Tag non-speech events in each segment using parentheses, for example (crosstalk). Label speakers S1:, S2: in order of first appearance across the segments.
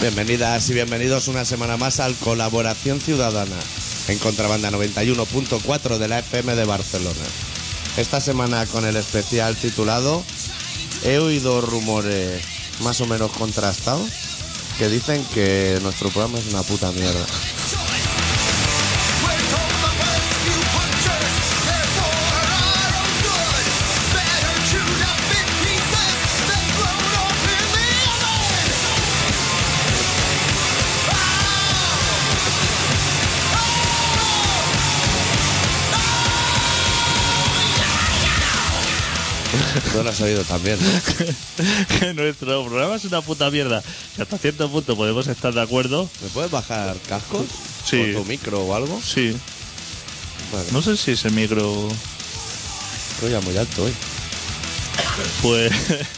S1: Bienvenidas y bienvenidos una semana más al Colaboración Ciudadana en Contrabanda 91.4 de la FM de Barcelona. Esta semana con el especial titulado He oído rumores más o menos contrastados que dicen que nuestro programa es una puta mierda. Tú lo has oído también. ¿no?
S2: (laughs) que nuestro programa es una puta mierda. Que hasta cierto punto podemos estar de acuerdo.
S1: ¿Me puedes bajar cascos?
S2: Sí.
S1: ¿O tu micro o algo?
S2: Sí.
S1: Vale.
S2: No sé si ese micro.
S1: Estoy ya muy alto hoy.
S2: Pues.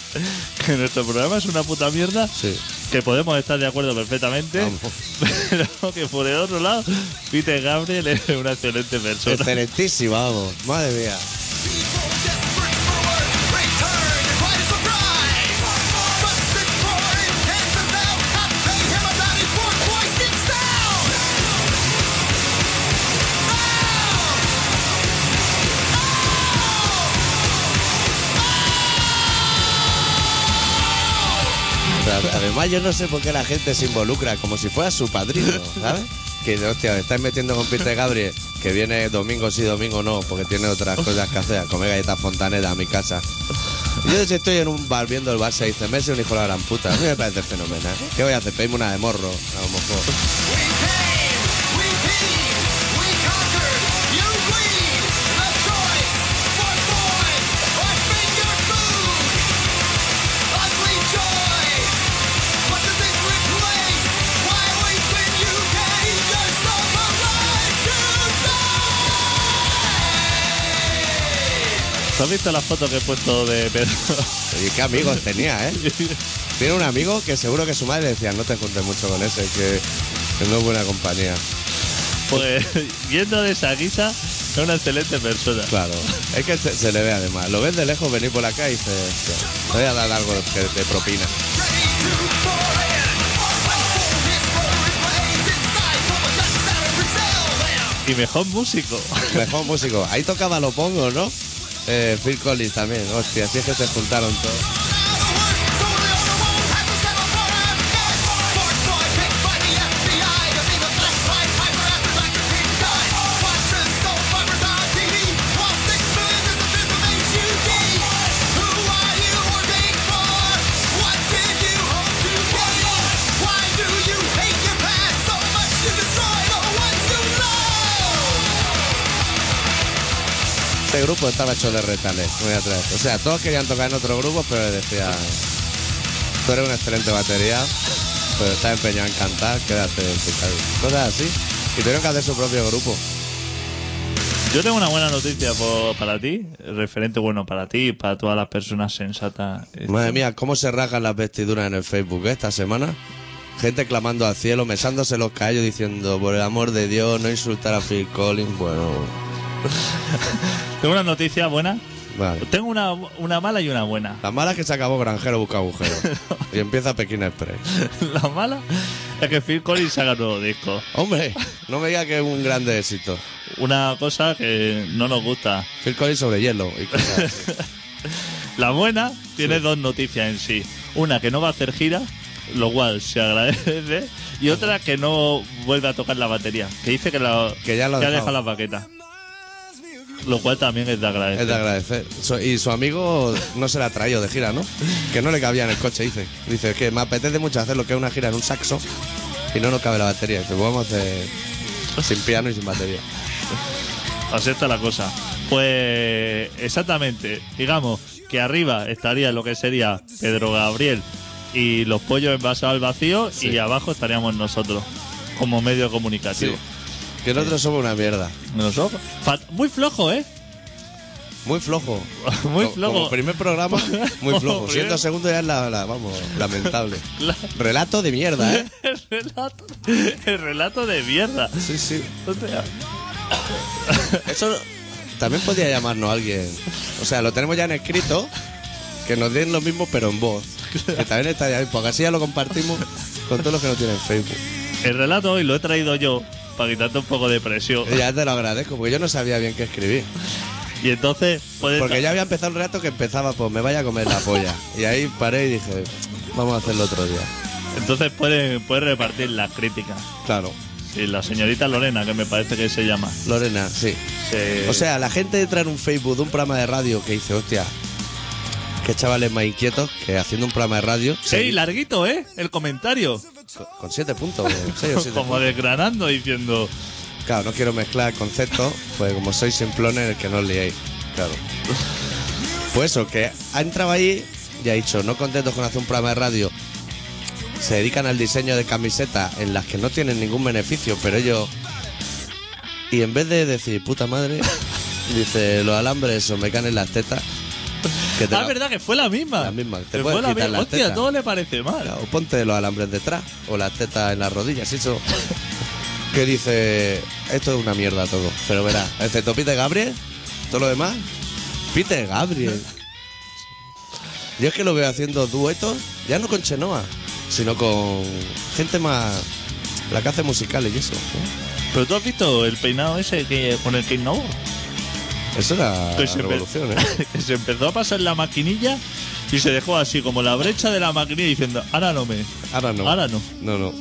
S2: (laughs) que nuestro programa es una puta mierda.
S1: Sí.
S2: Que podemos estar de acuerdo perfectamente.
S1: Vamos.
S2: (laughs) Pero que por el otro lado, Peter Gabriel es una excelente persona.
S1: Excelentísimo, vamos. Madre mía.
S3: People desperate for work return quite a surprise. Busted for intentions out. I pay him a bounty for twice its sound.
S1: Pero Además, yo no sé por qué la gente se involucra como si fuera su padrino, ¿sabes? Que, hostia, me estáis metiendo con Peter Gabriel, que viene domingo sí, domingo no, porque tiene otras cosas que hacer, a comer galletas fontaneras a mi casa. Y Yo si estoy en un bar viendo el Barça y dice, Messi es un hijo de la gran puta. A mí me parece fenomenal. ¿Qué voy a hacer? Pedirme una de morro, a lo mejor.
S3: We came, we peed, we conquered, you bleed. The choice, what boy, what finger food. Ugly joy. What does it replace? Why wait when you can eat yourself alive today?
S2: ¿Tú has visto las fotos que he puesto de Pedro?
S1: Oye, qué amigos tenía, ¿eh? Tiene un amigo que seguro que su madre le decía, no te juntes mucho con ese, que, que no es buena compañía.
S2: Pues viendo de esa guisa, es una excelente persona.
S1: Claro, es que se, se le ve además. Lo ves de lejos venir por acá y dice, "Hostia, te voy a dar algo de, de propina.
S3: Ready to fall in. Unfold his roaring blades inside from a gut that resembles them.
S2: Y mejor músico.
S1: Mejor músico. Ahí tocaba lo pongo, ¿no? Eh, Phil Collins también. Hostia, si es que se juntaron todos. Este grupo estaba hecho de retales, muy atrás. O sea, todos querían tocar en otro grupo, pero le decía, tú eres una excelente batería, pero estás empeñado en cantar, quédate en tu casa". Cosas así. Y tuvieron que hacer su propio grupo.
S2: Yo tengo una buena noticia por- para ti, referente bueno para ti y para todas las personas sensatas. Eh,
S1: Madre mía, cómo se rasgan las vestiduras en el Facebook ¿eh? esta semana. Gente clamando al cielo, mesándose los callos, diciendo, por el amor de Dios, no insultar a Phil Collins. Bueno,
S2: Tengo una noticia buena.
S1: vale.
S2: Tengo una, una mala y una buena. (laughs)
S1: La mala es que se acabó Granjero busca agujero. y empieza Pekín Express.
S2: La mala es que Phil Collins saca un nuevo disco.
S1: Hombre, no me diga que es un grande éxito.
S2: Una cosa que no nos gusta.
S1: Phil Collins sobre hielo. y cosas así.
S2: La buena tiene dos noticias en sí. Una que no va a hacer gira, lo cual se agradece. Y otra que no vuelve a tocar la batería. Que dice que, la,
S1: Que ya lo ha
S2: ha
S1: dejado.
S2: dejado las baquetas. Lo cual también es de agradecer.
S1: es de agradecer. So- Y su amigo no se la ha traído de gira, ¿no? Que no le cabía en el coche, dice. Dice, es que me apetece mucho hacer lo que es una gira en un saxo y no nos cabe la batería. Dice, pues vamos a hacer sin piano y sin batería.
S2: Así está la cosa. Pues exactamente, digamos que arriba estaría lo que sería Pedro Gabriel y los pollos envasados al vacío
S1: Sí.
S2: y abajo estaríamos nosotros como medio comunicativo.
S1: Que nosotros somos una mierda.
S2: Nosotros. Fa- Muy
S1: (laughs)
S2: flojo, ¿eh?
S1: Muy flojo.
S2: (laughs) Muy
S1: Co-
S2: flojo.
S1: Como primer programa, muy
S2: (laughs) Como
S1: flojo.
S2: primer-
S1: Siendo segundo ya es la, la- vamos, lamentable.
S2: (laughs) La-
S1: Relato de mierda, ¿eh?
S2: El relato, el relato de mierda.
S1: Sí, sí.
S2: O sea,
S1: Eso también podía llamarnos alguien. O sea, lo tenemos ya en escrito. Que nos den lo mismo, pero en voz. Que también está ya bien, porque así ya lo compartimos. Con todos los que no tienen Facebook.
S2: El relato hoy lo he traído yo para quitarte un poco de presión.
S1: Ya te lo agradezco, porque yo no sabía bien qué escribir.
S2: Y entonces puedes.
S1: Porque ya había empezado un rato que empezaba, pues me vaya a comer la polla. Y ahí paré y dije, vamos a hacerlo otro día.
S2: Entonces puedes, puedes repartir las críticas.
S1: Claro.
S2: Sí, la señorita Lorena, que me parece que se llama.
S1: Lorena, sí.
S2: se-
S1: O sea, la gente entra en un Facebook de un programa de radio que dice, hostia, qué chavales más inquietos que haciendo un programa de radio.
S2: Sí, larguito, ¿eh? El comentario.
S1: con- Con siete puntos, o seis o siete
S2: (laughs) Como
S1: puntos.
S2: desgranando diciendo.
S1: Claro, no quiero mezclar conceptos, pues como sois simplones, el que no os liéis. Claro. Pues eso, que ha entrado ahí y ha dicho, no contentos con hacer un programa de radio, se dedican al diseño de camisetas en las que no tienen ningún beneficio, pero ellos... Y en vez de decir, puta madre, (laughs) dice, los alambres o me caen en las tetas. Que te
S2: Ah,
S1: la-
S2: verdad que fue la misma.
S1: La misma, te
S2: Que
S1: puedes
S2: fue la
S1: quitar
S2: misma.
S1: las
S2: Hostia,
S1: tetas.
S2: todo le parece mal.
S1: O ponte los alambres detrás o las tetas en las rodillas, eso. que dice, esto es una mierda todo, pero verás, excepto Peter Gabriel, todo lo demás, Peter Gabriel. Yo es que lo veo haciendo duetos, ya no con Chenoa, sino con gente más... La que hace musicales y eso. ¿eh? ¿no?
S2: Pero tú has visto el peinado ese que con el que innovó.
S1: Eso era
S2: Que se, empe-
S1: revolución, ¿eh?
S2: (laughs) que se empezó a pasar la maquinilla y se dejó así como la brecha de la maquinilla diciendo, ahora no me...
S1: Ahora no.
S2: Ahora no.
S1: No, no.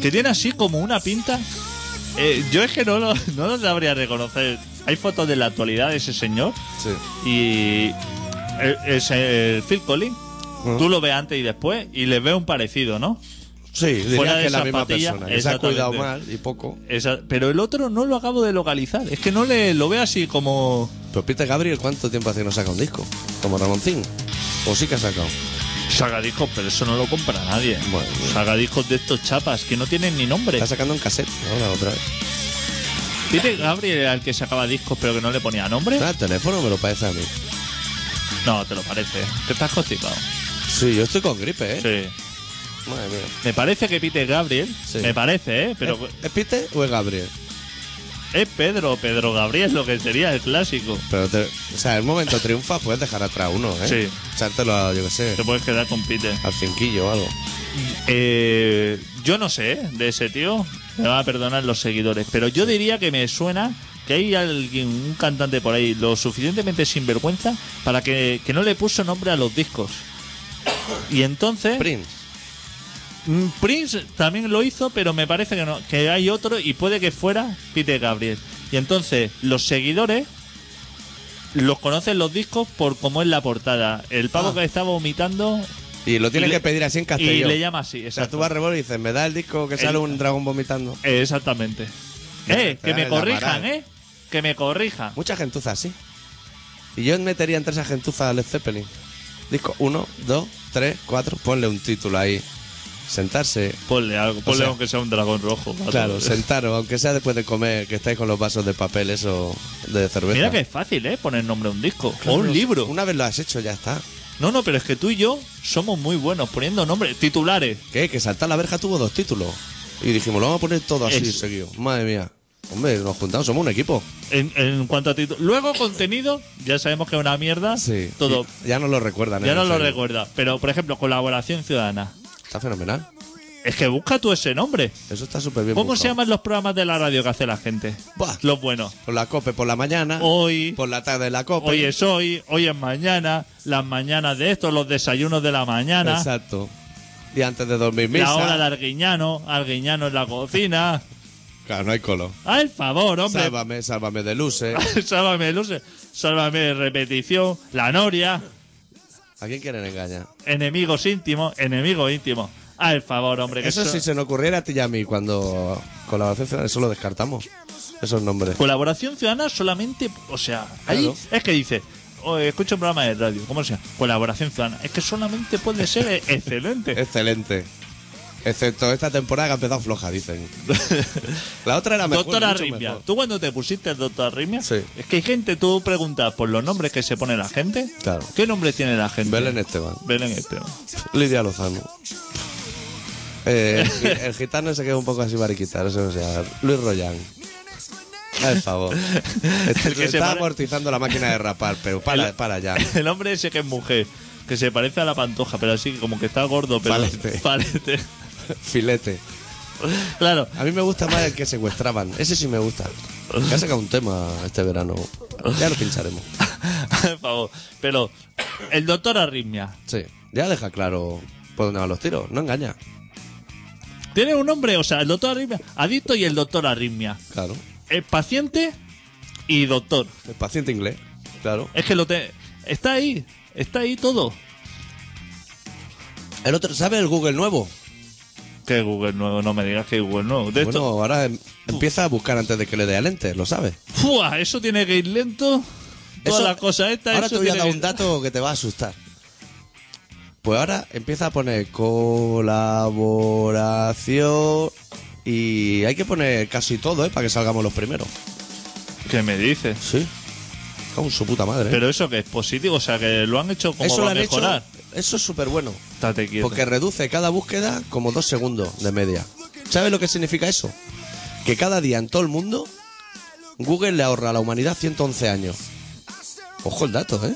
S2: Que tiene así como una pinta... Eh, yo es que no lo, (laughs) no lo sabría reconocer. Hay fotos de la actualidad de ese señor
S1: Sí.
S2: y el, ese- el Phil Collins.
S1: Ujú.
S2: Tú lo ves antes y después y les ve un parecido, ¿no?
S1: Sí, diría
S2: Fuera de
S1: que es la
S2: esas
S1: misma
S2: patillas,
S1: persona. Que se ha cuidado
S2: exactamente.
S1: mal y poco.
S2: Esa- pero el otro no lo acabo de localizar. Es que no le lo veo así como...
S1: Pero Pues Peter Gabriel, ¿cuánto tiempo hace que no saca un disco? Como Ramoncín. O sí que ha sacado.
S2: Saga discos, pero eso no lo compra nadie.
S1: Bueno.
S2: Saga discos de estos chapas que no tienen ni nombre.
S1: Está sacando en cassette ahora otra vez.
S2: ¿Tiene Gabriel al que sacaba discos pero que no le ponía nombre?
S1: Ah, el teléfono me lo parece a mí.
S2: No, te lo parece. ¿eh? Te estás constipado.
S1: Sí, yo estoy con gripe, ¿eh?
S2: Sí.
S1: Madre mía.
S2: Me parece que Peter Gabriel.
S1: Sí.
S2: Me parece, ¿eh? Pero
S1: ¿Es, es Peter o es Gabriel?
S2: es Pedro, Pedro Gabriel lo que sería el clásico.
S1: Pero, te- o sea, en el momento triunfa puedes dejar atrás uno, ¿eh?
S2: Sí.
S1: Echártelo a, yo qué sé,
S2: Te puedes quedar con Peter.
S1: al cinquillo o algo.
S2: Eh, yo no sé ¿eh? de ese tío. Me van a perdonar los seguidores. Pero yo diría que me suena que hay alguien, un cantante por ahí, lo suficientemente sinvergüenza para que, que no le puso nombre a los discos. Y entonces.
S1: Prince.
S2: Mm, Prince también lo hizo, pero me parece que no, que hay otro y puede que fuera Peter Gabriel. Y entonces los seguidores los conocen los discos por cómo es la portada. El pavo
S1: Ah.
S2: que estaba vomitando
S1: Y lo
S2: y
S1: tiene
S2: le-
S1: que pedir así en
S2: y
S1: castellano.
S2: le llama así,
S1: O sea, tú
S2: exacto.
S1: vas a Revol y dices, me da el disco que sale
S2: El-
S1: un dragón vomitando.
S2: Eh, exactamente. Eh,
S1: Te
S2: que
S1: dan
S2: me
S1: el
S2: corrijan,
S1: amaral.
S2: eh. Que me corrijan.
S1: Mucha gentuza así. Y yo metería entre esas gentuzas a Led Zeppelin. Disco 1, 2, 3, 4. Ponle un título ahí. Sentarse.
S2: Ponle algo, ponle
S1: sea-
S2: aunque sea un dragón rojo. gato.
S1: Claro, sentaros, aunque sea después de comer, que estáis con los vasos de papel, eso de cerveza.
S2: Mira que es fácil, eh, poner nombre a un disco. o un libro.
S1: Una vez lo has hecho, ya está.
S2: No, no, pero es que tú y yo somos muy buenos poniendo nombres, titulares.
S1: ¿Qué? Que saltar la verja tuvo dos títulos. Y dijimos, lo vamos a poner todo así
S2: Es-
S1: seguido. Madre mía. Hombre, nos juntamos, somos un equipo.
S2: En, en cuanto a título. Luego contenido, ya sabemos que es una mierda. Todo.
S1: Y Ya no lo recuerdan. ¿eh?
S2: ya
S1: en
S2: no
S1: el
S2: lo
S1: Facebook.
S2: recuerda. Pero, por ejemplo, colaboración ciudadana.
S1: Está fenomenal.
S2: Es que busca tú ese nombre.
S1: Eso está súper bien.
S2: ¿Cómo
S1: buscado.
S2: se llaman los programas de la radio que hace la gente?
S1: Buah.
S2: Los buenos.
S1: Por la cope por la mañana.
S2: Hoy.
S1: Por la tarde la cope.
S2: Hoy es hoy, hoy es mañana, las mañanas de esto, los desayunos de la mañana,
S1: Exacto. Y antes de dormir misa.
S2: la hora de Arguiñano, Arguiñano en la cocina.
S1: Claro, no hay color.
S2: Al favor, hombre.
S1: Sálvame, sálvame de luces.
S2: (laughs) sálvame, luces, sálvame, repetición, la noria.
S1: ¿A quién quieren engañar?
S2: enemigos íntimos, enemigos íntimos. Al favor, hombre, que
S1: Eso
S2: eso-
S1: si se nos ocurriera a ti y a mí cuando colaboración ciudadana, eso lo descartamos. Esos nombres.
S2: Colaboración ciudadana solamente, o sea, ahí
S1: Claro.
S2: es que dice, "Oh, escucha un programa de radio, ¿cómo se llama? Colaboración ciudadana. Es que solamente puede ser (laughs) e- excelente.
S1: Excelente. Excepto esta temporada que ha empezado floja, dicen. La otra era Ah, mejor.
S2: Doctora
S1: mucho
S2: Arritmia,
S1: mejor.
S2: tú cuando te pusiste el Doctora Arritmia,
S1: Sí.
S2: es que hay gente, tú preguntas por los nombres que se pone la gente.
S1: Claro.
S2: ¿Qué nombre tiene la gente?
S1: Belén Esteban.
S2: Belén Esteban. (laughs)
S1: Lidia Lozano. Eh, el gi- el gitano se queda un poco así mariquita, no sé cómo se llama. Luis Rollán. Al favor. Est-
S2: (laughs) El que se
S1: Está
S2: pare-
S1: amortizando la máquina de rapar, pero para,
S2: El-
S1: para ya.
S2: El hombre ese que es mujer, que se parece a la pantoja, pero así como que está gordo, pero
S1: Falete.
S2: (laughs) Falete.
S1: Filete.
S2: Claro. (laughs)
S1: A mí me gusta más el que secuestraban. Ese sí me gusta. Que ha sacado un tema este verano. Ya lo pincharemos.
S2: Por favor. Pero el doctor Arritmia.
S1: Sí. Ya deja claro por dónde van los tiros. No engaña.
S2: Tiene un nombre, o sea, el doctor Arritmia. Adicto y el doctor Arritmia.
S1: Claro.
S2: El paciente y doctor.
S1: El paciente inglés. Claro.
S2: Es que lo te. Está ahí. Está ahí todo.
S1: El otro, ¿sabe el Google nuevo?
S2: Que Google nuevo, no me digas que Google nuevo. De
S1: Bueno,
S2: esto,
S1: ahora em- empieza a buscar antes de que le dé al ente, lo sabes.
S2: ¡Fua! Eso tiene que ir lento. Todas
S1: Eso-
S2: las cosas estas.
S1: Ahora
S2: eso
S1: te voy a
S2: tiene
S1: dar
S2: que
S1: un
S2: ir-
S1: dato que te va a asustar. Pues ahora empieza a poner colaboración y hay que poner casi todo, ¿eh? Para que salgamos los primeros.
S2: ¿Qué me dices?
S1: Sí. Con su puta madre. ¿eh?
S2: Pero eso que es positivo, o sea, que lo han hecho como
S1: eso
S2: para
S1: lo han
S2: mejorar.
S1: hecho. Eso es súper bueno.
S2: Estate quieto.
S1: Porque reduce cada búsqueda como dos segundos de media. ¿Sabes lo que significa eso? Que cada día en todo el mundo Google le ahorra a la humanidad 111 años. Ojo el dato, ¿eh?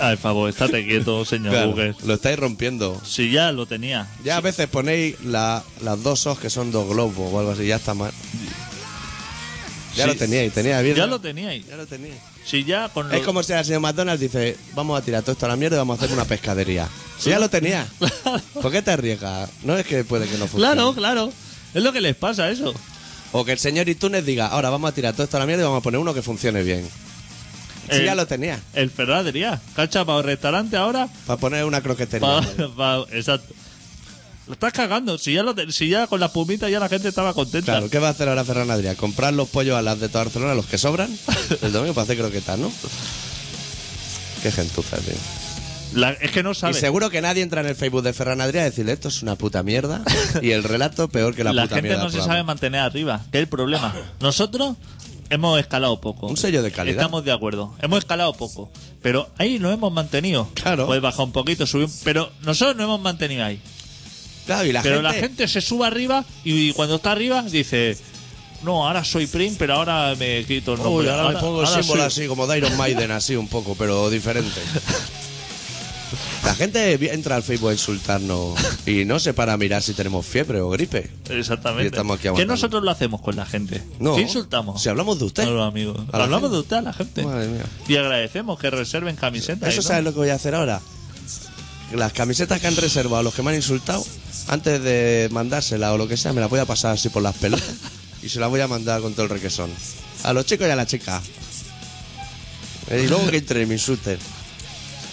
S2: Al Ah, favor,
S1: (laughs)
S2: estate quieto, señor
S1: Claro,
S2: Google.
S1: lo estáis rompiendo.
S2: Si ya lo tenía.
S1: Ya a veces ponéis la- las dos os que son dos globos o algo así, ya está mal. Ya
S2: Sí.
S1: lo teníais, tenía bien.
S2: Ya lo Ah. teníais.
S1: Ya lo teníais.
S2: Si ya con lo-
S1: Es como si el señor McDonald's dice, vamos a tirar todo esto a la mierda y vamos a hacer una pescadería. Si ya lo
S2: (laughs)
S1: tenía. ¿Por qué te arriesgas? No es que puede que no funcione.
S2: Claro, claro. Es lo que les pasa eso.
S1: O que el señor Itunes diga, ahora vamos a tirar todo esto a la mierda y vamos a poner uno que funcione bien. Si
S2: Eh.
S1: ya lo tenía.
S2: El Ferraz diría, cacha para el restaurante ahora.
S1: Para poner una croquetería.
S2: pa- (laughs) pa- exacto. Lo estás cagando. Si ya, lo te- si ya con las pumitas ya la gente estaba contenta.
S1: Claro, ¿qué va a hacer ahora Ferran Adrià? ¿Comprar los pollos a las de toda Barcelona, los que
S2: (laughs)
S1: sobran, el domingo para hacer croquetas, no? Qué gentuza, tío.
S2: La- es que no
S1: Y
S2: sabes.
S1: seguro que nadie entra en el Facebook de Ferran Adrià a decirle esto es una puta
S2: (laughs)
S1: mierda y el relato peor que la,
S2: la
S1: puta
S2: gente
S1: mierda.
S2: no
S1: del
S2: se
S1: programa.
S2: sabe mantener arriba, que es el problema. Nosotros hemos escalado poco.
S1: Un sello de calidad.
S2: Estamos de acuerdo. Hemos escalado poco. Pero ahí nos hemos mantenido.
S1: Claro.
S2: Puedes bajar un poquito, subir. Pero nosotros nos hemos mantenido ahí.
S1: Claro, y la
S2: pero
S1: gente,
S2: la gente se sube arriba y cuando está arriba dice. No, ahora soy Prim, pero ahora me quito el
S1: Uy,
S2: nombre.
S1: ahora, me pongo el
S2: ahora
S1: símbolo
S2: soy-
S1: así, como de
S2: (laughs)
S1: Iron Maiden, así un poco, pero diferente. La gente vi- entra al Facebook a insultarnos y no se para a mirar si tenemos fiebre o gripe.
S2: Exactamente.
S1: Y estamos aquí
S2: que
S1: aguantando.
S2: nosotros lo hacemos con la gente.
S1: No.
S2: ¿Qué insultamos?
S1: Si hablamos de usted.
S2: A los amigos.
S1: A la
S2: Hablamos
S1: gente.
S2: de usted a la gente.
S1: Madre mía.
S2: Y agradecemos que reserven camisetas.
S1: Eso
S2: y no-
S1: sabes lo que voy a hacer ahora. Las camisetas que han reservado, los que me han insultado, antes de mandárselas o lo que sea, me las voy a pasar así por las
S2: (laughs)
S1: pelotas y se las voy a mandar con todo el requesón. A los chicos y a las chicas. Eh, Y luego que entren y me insulten.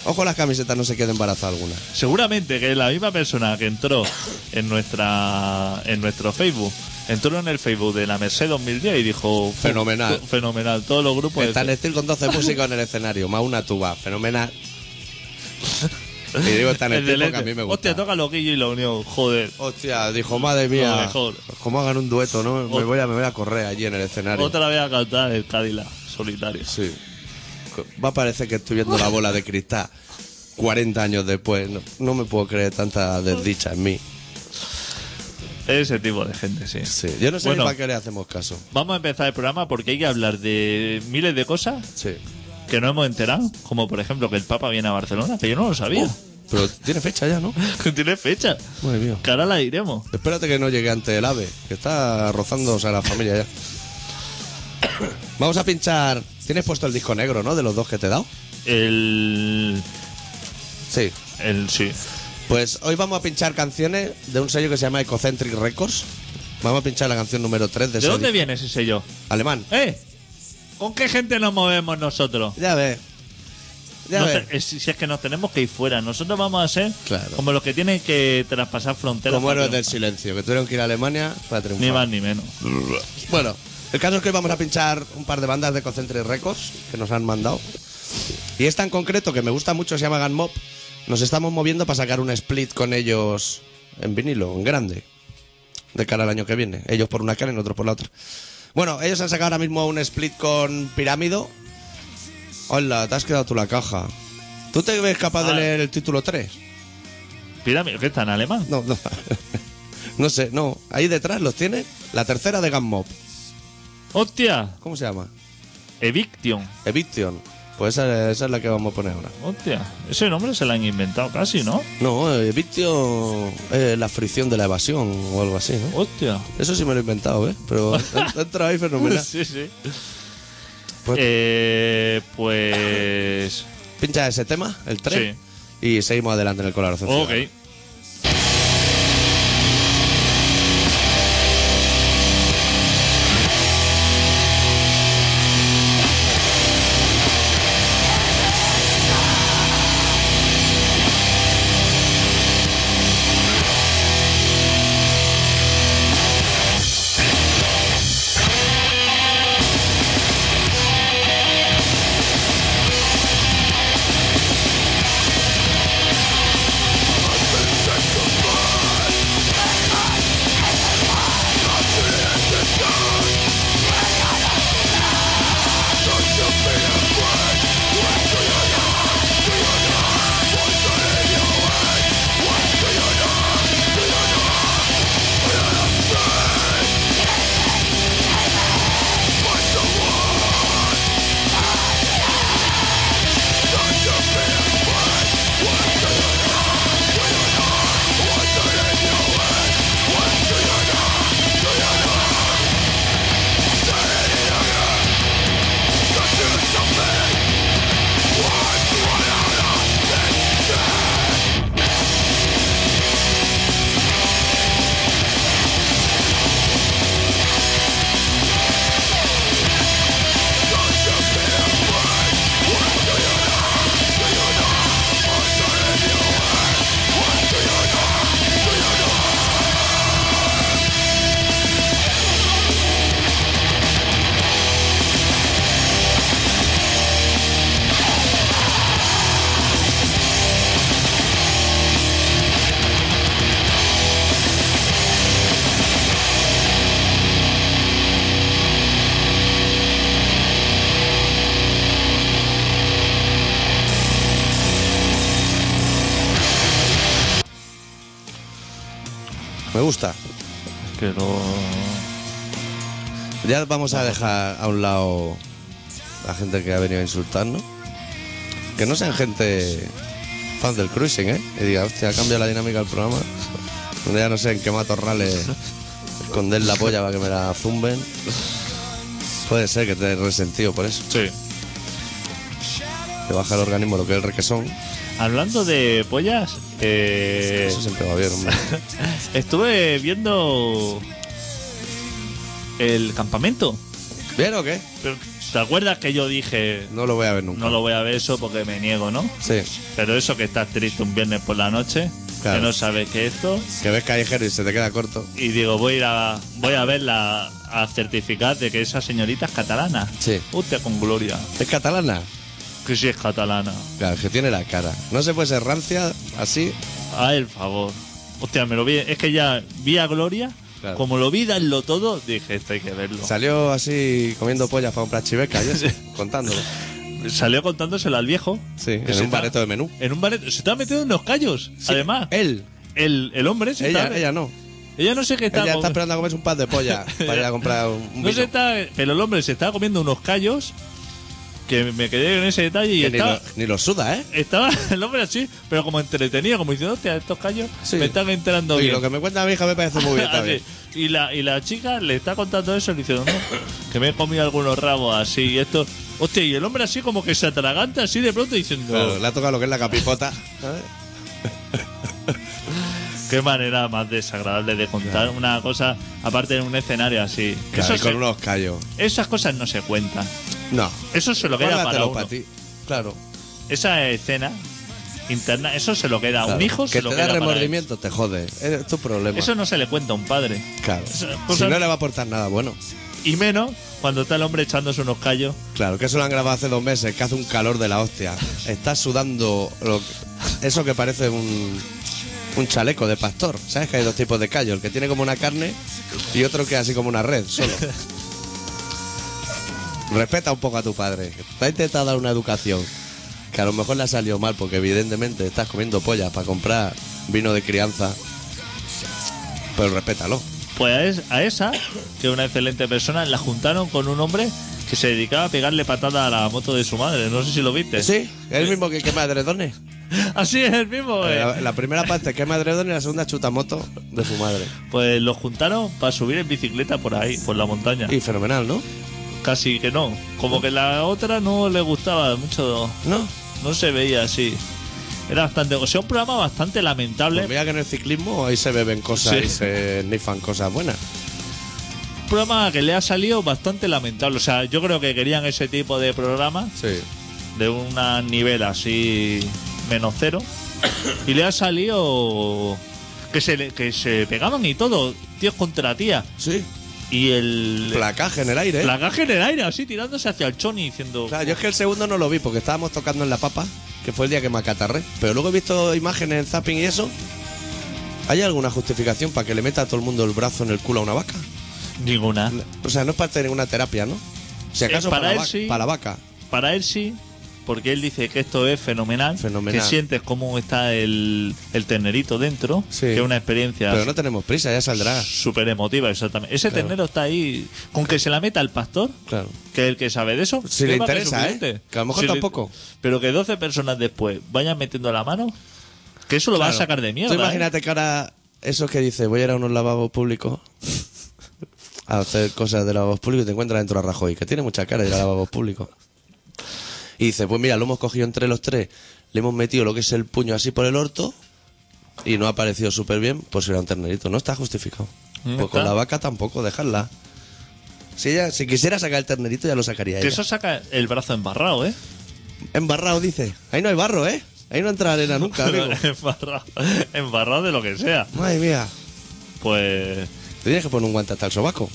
S1: Ojo las camisetas no se queden embarazada alguna.
S2: Seguramente que la misma persona que entró en nuestra en nuestro Facebook entró en el Facebook de la Merced 2010 y dijo "Fu-
S1: Fenomenal.
S2: fu- fenomenal todos los grupos este de-
S1: Está en estilo con 12 músicos en el escenario, más una tuba, fenomenal. Y digo está en
S2: (laughs) el de
S1: estilo porque
S2: Lete.
S1: a mí me gusta.
S2: Hostia, toca loquillo y la unión, joder.
S1: Hostia, dijo, madre mía.
S2: Lo mejor.
S1: ¿Cómo hagan un dueto, no? Me
S2: Ot-
S1: voy, a, me voy a correr allí en el escenario.
S2: Otra vez a cantar el Cadillac solitario.
S1: Sí. Co- Va a parecer que estoy viendo la bola de cristal 40 años después. No, no me puedo creer tanta desdicha en mí.
S2: Ese tipo de gente, sí.
S1: Sí. Yo no sé
S2: Bueno.
S1: ni para qué le hacemos caso.
S2: Vamos a empezar el programa porque hay que hablar de miles de cosas
S1: Sí.
S2: que no hemos enterado, como por ejemplo que el Papa viene a Barcelona, que yo no lo sabía.
S1: Oh, Pero tiene fecha ya, ¿no?
S2: (laughs) Tiene fecha.
S1: Madre mía.
S2: Que ahora la diremos.
S1: Espérate que no llegue antes el ave, que está rozándose a la familia ya. Vamos a pinchar. Tienes puesto el disco negro, ¿no? De los dos que te he dado.
S2: El
S1: Sí.
S2: el sí.
S1: Pues hoy vamos a pinchar canciones de un sello que se llama Ecocentric Records. Vamos a pinchar la canción número 3 de
S2: ¿De
S1: ese
S2: dónde
S1: disco.
S2: viene ese sello?
S1: Alemán.
S2: ¿Eh? ¿Con qué gente nos movemos nosotros?
S1: Ya ves. Ya
S2: No
S1: ves.
S2: te- eh, si si es que nos tenemos que ir fuera, nosotros vamos a ser
S1: Claro.
S2: como los que tienen que traspasar fronteras.
S1: Como
S2: para
S1: héroes del
S2: triunfar.
S1: silencio, que tuvieron que ir a Alemania para triunfar.
S2: Ni más ni menos.
S1: Bueno, el caso es que hoy vamos a pinchar un par de bandas de Concentre Records que nos han mandado. Y esta en concreto, que me gusta mucho, se llama Gun Mob. Nos estamos moviendo para sacar un split con ellos en vinilo, en grande. De cara al año que viene. Ellos por una cara y nosotros por la otra. Bueno, ellos han sacado ahora mismo un split con Pirámido. Hola, te has quedado tú la caja. ¿Tú te ves capaz de
S2: Ah.
S1: leer el título 3?
S2: Pirámide, ¿qué está en alemán?
S1: No, no. (laughs) No sé, no. Ahí detrás los tiene la tercera de Gun Mob.
S2: ¡Hostia!
S1: ¿Cómo se llama?
S2: Eviction.
S1: Eviction. Pues esa, esa es la que vamos a poner ahora.
S2: Hostia, ese nombre se lo han inventado casi, ¿no?
S1: No, eh, Vitio eh, la fricción de la evasión o algo así, ¿no?
S2: Hostia.
S1: Eso sí me lo he inventado, ¿ves?
S2: (laughs)
S1: Pero he entrado ahí fenomenal.
S2: Sí, sí.
S1: Pues-
S2: Eh, pues.
S1: Pincha ese tema, el 3, y seguimos adelante en el colaboración.
S2: Ok.
S1: ciudadana. Me gusta.
S2: Que lo.
S1: Ya vamos a dejar a un lado la gente que ha venido a insultarnos. Que no sean gente fan del cruising, ¿eh? Y diga, hostia, ha cambiado la dinámica del programa. (laughs) Ya no sé en qué matorrales esconder la polla para que me la zumben. Puede ser que te hayas resentido por eso.
S2: Sí.
S1: Te baja el organismo lo que es el requesón.
S2: Hablando de pollas, eh,
S1: Eso siempre va bien,
S2: (laughs)
S1: hombre.
S2: estuve viendo el campamento.
S1: ¿Bien o qué?
S2: Pero, ¿Te acuerdas que yo dije
S1: No lo voy a ver nunca.
S2: no lo voy a ver eso porque me niego, no?
S1: Sí.
S2: Pero eso que estás triste un viernes por la noche,
S1: Claro.
S2: que no sabes qué es esto,
S1: Que ves callejero y se te queda corto.
S2: y digo, voy a ir a, voy a verla a certificar de que esa señorita es catalana.
S1: Sí.
S2: Hostia, con gloria.
S1: ¿Es catalana?
S2: Que sí es catalana.
S1: Claro, que tiene la cara. No se puede ser rancia así.
S2: A el favor. Hostia, me lo vi. Es que ya vi a Gloria.
S1: Claro.
S2: Como lo vi, darlo todo, dije, esto hay que verlo.
S1: Salió así comiendo pollas para comprar chiveca
S2: (laughs)
S1: y eso, contándolo.
S2: Salió contándoselo al viejo.
S1: Sí, en
S2: que se
S1: un
S2: está-
S1: bareto de menú.
S2: En un bareto. Se está metiendo en los callos. Además,
S1: Él,
S2: el, el hombre se
S1: ella,
S2: está-
S1: ella no.
S2: ella no sé qué está.
S1: Ella
S2: com-
S1: está esperando a comerse un par de
S2: (laughs)
S1: pollas para ir a comprar un, un
S2: no se
S1: vino.
S2: está. Pero el hombre se está comiendo unos callos. Que me quedé en ese detalle y
S1: Que ni,
S2: estaba,
S1: lo, ni lo suda, ¿eh?
S2: estaba (laughs) el hombre así, pero como entretenido, como diciendo, hostia, estos callos
S1: Sí.
S2: me están entrando
S1: Y
S2: bien. Ah,
S1: lo que me cuenta mi hija me parece
S2: (laughs)
S1: muy bien
S2: Así.
S1: también.
S2: Y la, y la chica le está contando eso y le dice, no, que me he comido algunos rabos así y esto. Hostia, y el hombre así como que se atraganta así de pronto diciendo,
S1: Claro, le ha tocado lo que es la capipota. ¿eh? ¿sabes?
S2: qué manera más desagradable de contar una cosa, aparte de un escenario así.
S1: Claro,
S2: Eso
S1: y con
S2: se-
S1: unos callos.
S2: Esas cosas no se cuentan.
S1: No.
S2: Eso se lo queda para
S1: Guárdatelo
S2: uno.
S1: pa' ti. Claro.
S2: Esa escena interna, eso se lo queda a un
S1: claro.
S2: hijo,
S1: que
S2: se lo
S1: te
S2: queda
S1: da
S2: para él.
S1: remordimiento, te jode. Es tu problema.
S2: Eso no se le cuenta a un padre.
S1: Claro.
S2: Eso-
S1: Si
S2: cosas-
S1: no le va a aportar nada bueno.
S2: Y menos cuando está el hombre echándose unos callos.
S1: Claro, que eso lo han grabado hace dos meses, que hace un calor de la hostia. Está sudando lo- eso que parece un, un chaleco de pastor. ¿Sabes que hay dos tipos de callo? El que tiene como una carne y otro que es así como una red, solo. Respeta un poco a tu padre. que Te ha intentado dar una educación que a lo mejor le ha salido mal porque evidentemente estás comiendo pollas para comprar vino de crianza. Pero respétalo.
S2: Pues a, es- a esa, que es una excelente persona, la juntaron con un hombre que se dedicaba a pegarle patada a la moto de su madre. No sé si lo viste.
S1: Sí, es el mismo que quema adredones.
S2: (laughs) Así es el mismo. eh.
S1: La, la primera parte quema adredones y la segunda chuta moto de su madre.
S2: Pues los juntaron para subir en bicicleta por ahí, por la montaña.
S1: Y fenomenal, ¿no?
S2: Casi que no. Como que la otra no le gustaba mucho.
S1: ¿No?
S2: No se veía así. Era bastante. O sea, un programa bastante lamentable.
S1: Pues mira que en el ciclismo ahí se beben cosas
S2: Sí.
S1: y se nifan cosas buenas.
S2: Un programa que le ha salido bastante lamentable. O sea, yo creo que querían ese tipo de programa
S1: Sí.
S2: de un nivel así menos cero. Y le ha salido. Que se, le- que se pegaban y todo, tíos contra tías.
S1: Sí.
S2: Y el.
S1: Placaje en el aire. ¿eh?
S2: La caja en el aire, así tirándose hacia el choni diciendo.
S1: Claro, yo es que el segundo no lo vi porque estábamos tocando en La Papa, que fue el día que me acatarré. Pero luego he visto imágenes en Zapping y eso. ¿Hay alguna justificación para que le meta a todo el mundo el brazo en el culo a una vaca?
S2: Ninguna.
S1: O sea, no es parte de ninguna terapia, ¿no? Si
S2: Eh,
S1: acaso
S2: para
S1: para,
S2: él
S1: la vaca-
S2: sí.
S1: para la vaca.
S2: Para él sí, porque él dice que esto es fenomenal.
S1: Fenomenal.
S2: Que sientes cómo está el, el ternerito dentro.
S1: Sí.
S2: Que es una experiencia
S1: Pero no tenemos prisa, ya saldrá.
S2: súper emotiva, exactamente. Ese
S1: Claro.
S2: ternero está ahí. Con que se la meta el pastor.
S1: Claro.
S2: Que el que sabe de eso.
S1: Si le
S2: sepa que es
S1: interesa, ¿eh?
S2: suficiente.
S1: Que a lo mejor
S2: le-
S1: tampoco.
S2: pero que 12 personas después vayan metiendo la mano. Que eso lo va a
S1: Claro.
S2: sacar de mierda.
S1: Tú
S2: ¿eh?
S1: imagínate que ahora esos que dice voy a ir a unos lavabos públicos a hacer cosas de lavabos públicos y te encuentras dentro a Rajoy, que tiene mucha cara de ir a lavabos públicos. Y dice, pues mira, lo hemos cogido entre los tres, le hemos metido lo que es el puño así por el orto y no ha parecido súper bien, pues era un ternerito. No está justificado.
S2: No
S1: Pues con
S2: Mm. está.
S1: la vaca tampoco, dejarla. Si, ella, si quisiera sacar el ternerito ya lo sacaría
S2: Que
S1: ella.
S2: eso saca el brazo embarrado, ¿eh?
S1: Embarrado, dice. Ahí no hay barro, ¿eh? Ahí no entra arena
S2: (laughs)
S1: nunca, amigo.
S2: embarrado, embarrado de lo que sea.
S1: Madre mía.
S2: Pues
S1: Tendrías que poner un guante hasta el sobaco.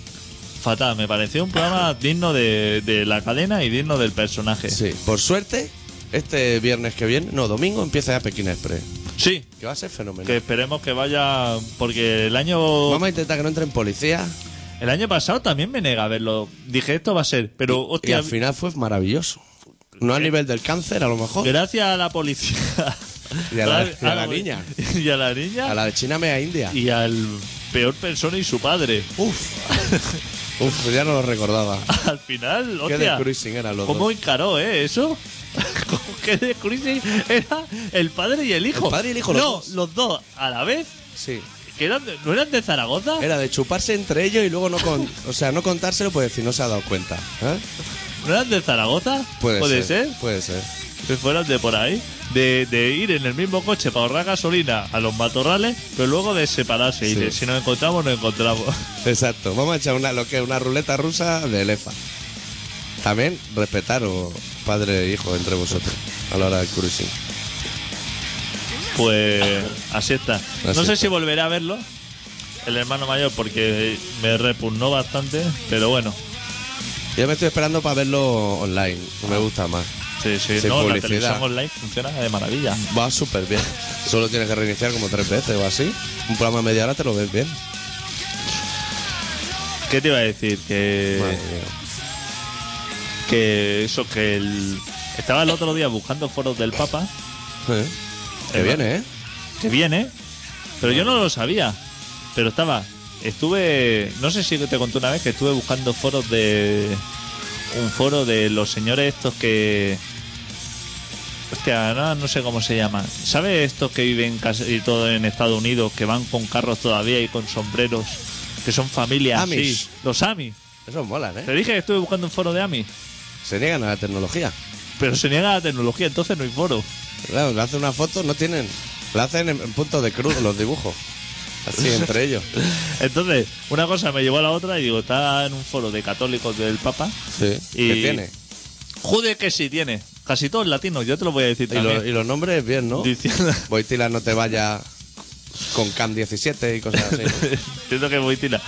S2: fatal, me pareció un programa digno de, de la cadena y digno del personaje.
S1: Sí. Por suerte, este viernes que viene, no, domingo empieza ya Pekín Express.
S2: Sí,
S1: Que va a ser fenomenal.
S2: que esperemos que vaya, porque el año
S1: Vamos a intentar que no entren policías.
S2: el año pasado también me nega a verlo. Dije, esto va a ser, pero
S1: Y
S2: hostia, Eh.
S1: al final fue maravilloso. No a nivel del cáncer, a lo mejor.
S2: gracias a la policía.
S1: (laughs) Y a la- y a la niña.
S2: (laughs) Y a la niña.
S1: A la de China mea India.
S2: Y al peor persona y su padre. (laughs)
S1: Uf. Uf, (laughs) ya no lo recordaba.
S2: Al final,
S1: Qué
S2: hostia.
S1: de cruising eran los
S2: ¿Cómo
S1: dos.
S2: encaró, eh, eso? (laughs) que de Cruising era el padre y el hijo.
S1: El padre y el hijo, los
S2: no,
S1: dos.
S2: los dos a la vez.
S1: Sí.
S2: Que eran de- ¿No eran de Zaragoza?
S1: Era de chuparse entre ellos y luego no con, o sea, no contárselo, pues decir, no se ha dado cuenta. ¿Eh?
S2: ¿No eran de Zaragoza?
S1: Puede,
S2: ser.
S1: Puede ser.
S2: Que fueran de por ahí. De, de ir en el mismo coche para ahorrar gasolina a los matorrales, pero luego de separarse. Y
S1: Sí.
S2: de si nos encontramos, nos encontramos. (laughs)
S1: Exacto, vamos a echar una, lo que es una ruleta rusa de lefa. También respetaros padre e hijo entre vosotros a la hora del cruising.
S2: Pues así está. no sé
S1: está.
S2: si volveré a verlo, el hermano mayor, porque me repugnó bastante, pero bueno.
S1: Yo me estoy esperando para verlo online, no me gusta más.
S2: Sí, sí,
S1: Sin
S2: no, la
S1: publicidad. Mm.
S2: televisión online funciona de maravilla.
S1: Va súper bien. Solo tienes que reiniciar como tres veces o así. Un programa de media hora te lo ves bien.
S2: ¿Qué te iba a decir? Que,
S1: Madre mía. Eh.
S2: que eso, que el, estaba el otro día buscando foros del Papa,
S1: Eh, Que
S2: Es
S1: viene, ¿eh?
S2: que viene, pero yo no lo sabía. Pero estaba, estuve, no sé si te conté una vez que estuve buscando foros de. Un foro de los señores estos que. Hostia, ahora no sé cómo se llaman. ¿Sabes estos que viven casi todo en Estados Unidos, que van con carros todavía y con sombreros? Que son familias
S1: Amish.
S2: sí, Los Amis.
S1: Esos molan,
S2: Te
S1: ¿eh?
S2: dije que estuve buscando un foro de AMI,
S1: Se niegan a la tecnología.
S2: pero se niega la tecnología, entonces no hay foro.
S1: Claro, le hacen una foto, no tienen. La hacen en, en puntos de cruz los dibujos. Así, entre
S2: (laughs)
S1: ellos.
S2: Entonces, una cosa me llevó a la otra y digo, está en un foro de católicos del Papa.
S1: Sí.
S2: Y-
S1: ¿Qué tiene?
S2: Jude que sí tiene, casi todos latinos, yo te lo voy a decir
S1: Y, lo-
S2: también.
S1: y los nombres bien, ¿no?
S2: Diciendo,
S1: (laughs) Boitila no te vaya con CAM 17 y cosas así.
S2: (laughs)
S1: ¿no?
S2: entiendo que Boitila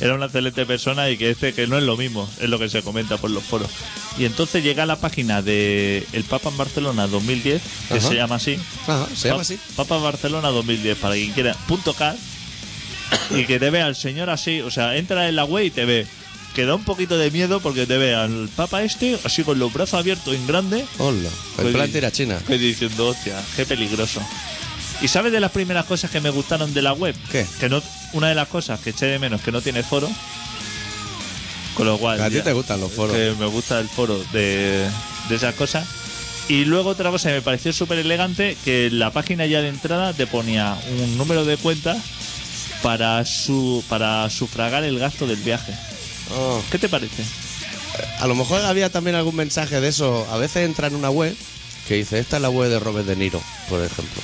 S2: era una excelente persona y que este que no es lo mismo, es lo que se comenta por los foros. Y entonces llega a la página de El Papa en Barcelona 2010, que
S1: Ajá.
S2: se llama así.
S1: Ajá, se llama
S2: Pa-
S1: así.
S2: Papa Barcelona 2010, para quien quiera. Punto cat, y que te vea al señor así, o sea, entra en la web y te ve. Que da un poquito de miedo porque te ve al Papa este así con los brazos abiertos en grande.
S1: Hola.
S2: Pues
S1: En plan
S2: di-
S1: tirachina.
S2: que diciendo, hostia, qué peligroso. ¿Y sabes de las primeras cosas que me gustaron de la web?
S1: ¿Qué?
S2: Que no, una de las cosas que eché de menos que no tiene foro Con lo cual.
S1: A ti
S2: ya-
S1: te gustan los foros.
S2: que me gusta el foro de, de esas cosas. Y luego otra cosa que me pareció súper elegante, que en la página ya de entrada te ponía un número de cuenta para su para sufragar el gasto del viaje.
S1: Oh.
S2: ¿Qué te parece?
S1: A lo mejor había también algún mensaje de eso. A veces entra en una web que dice, esta es la web de Robert De Niro, por ejemplo.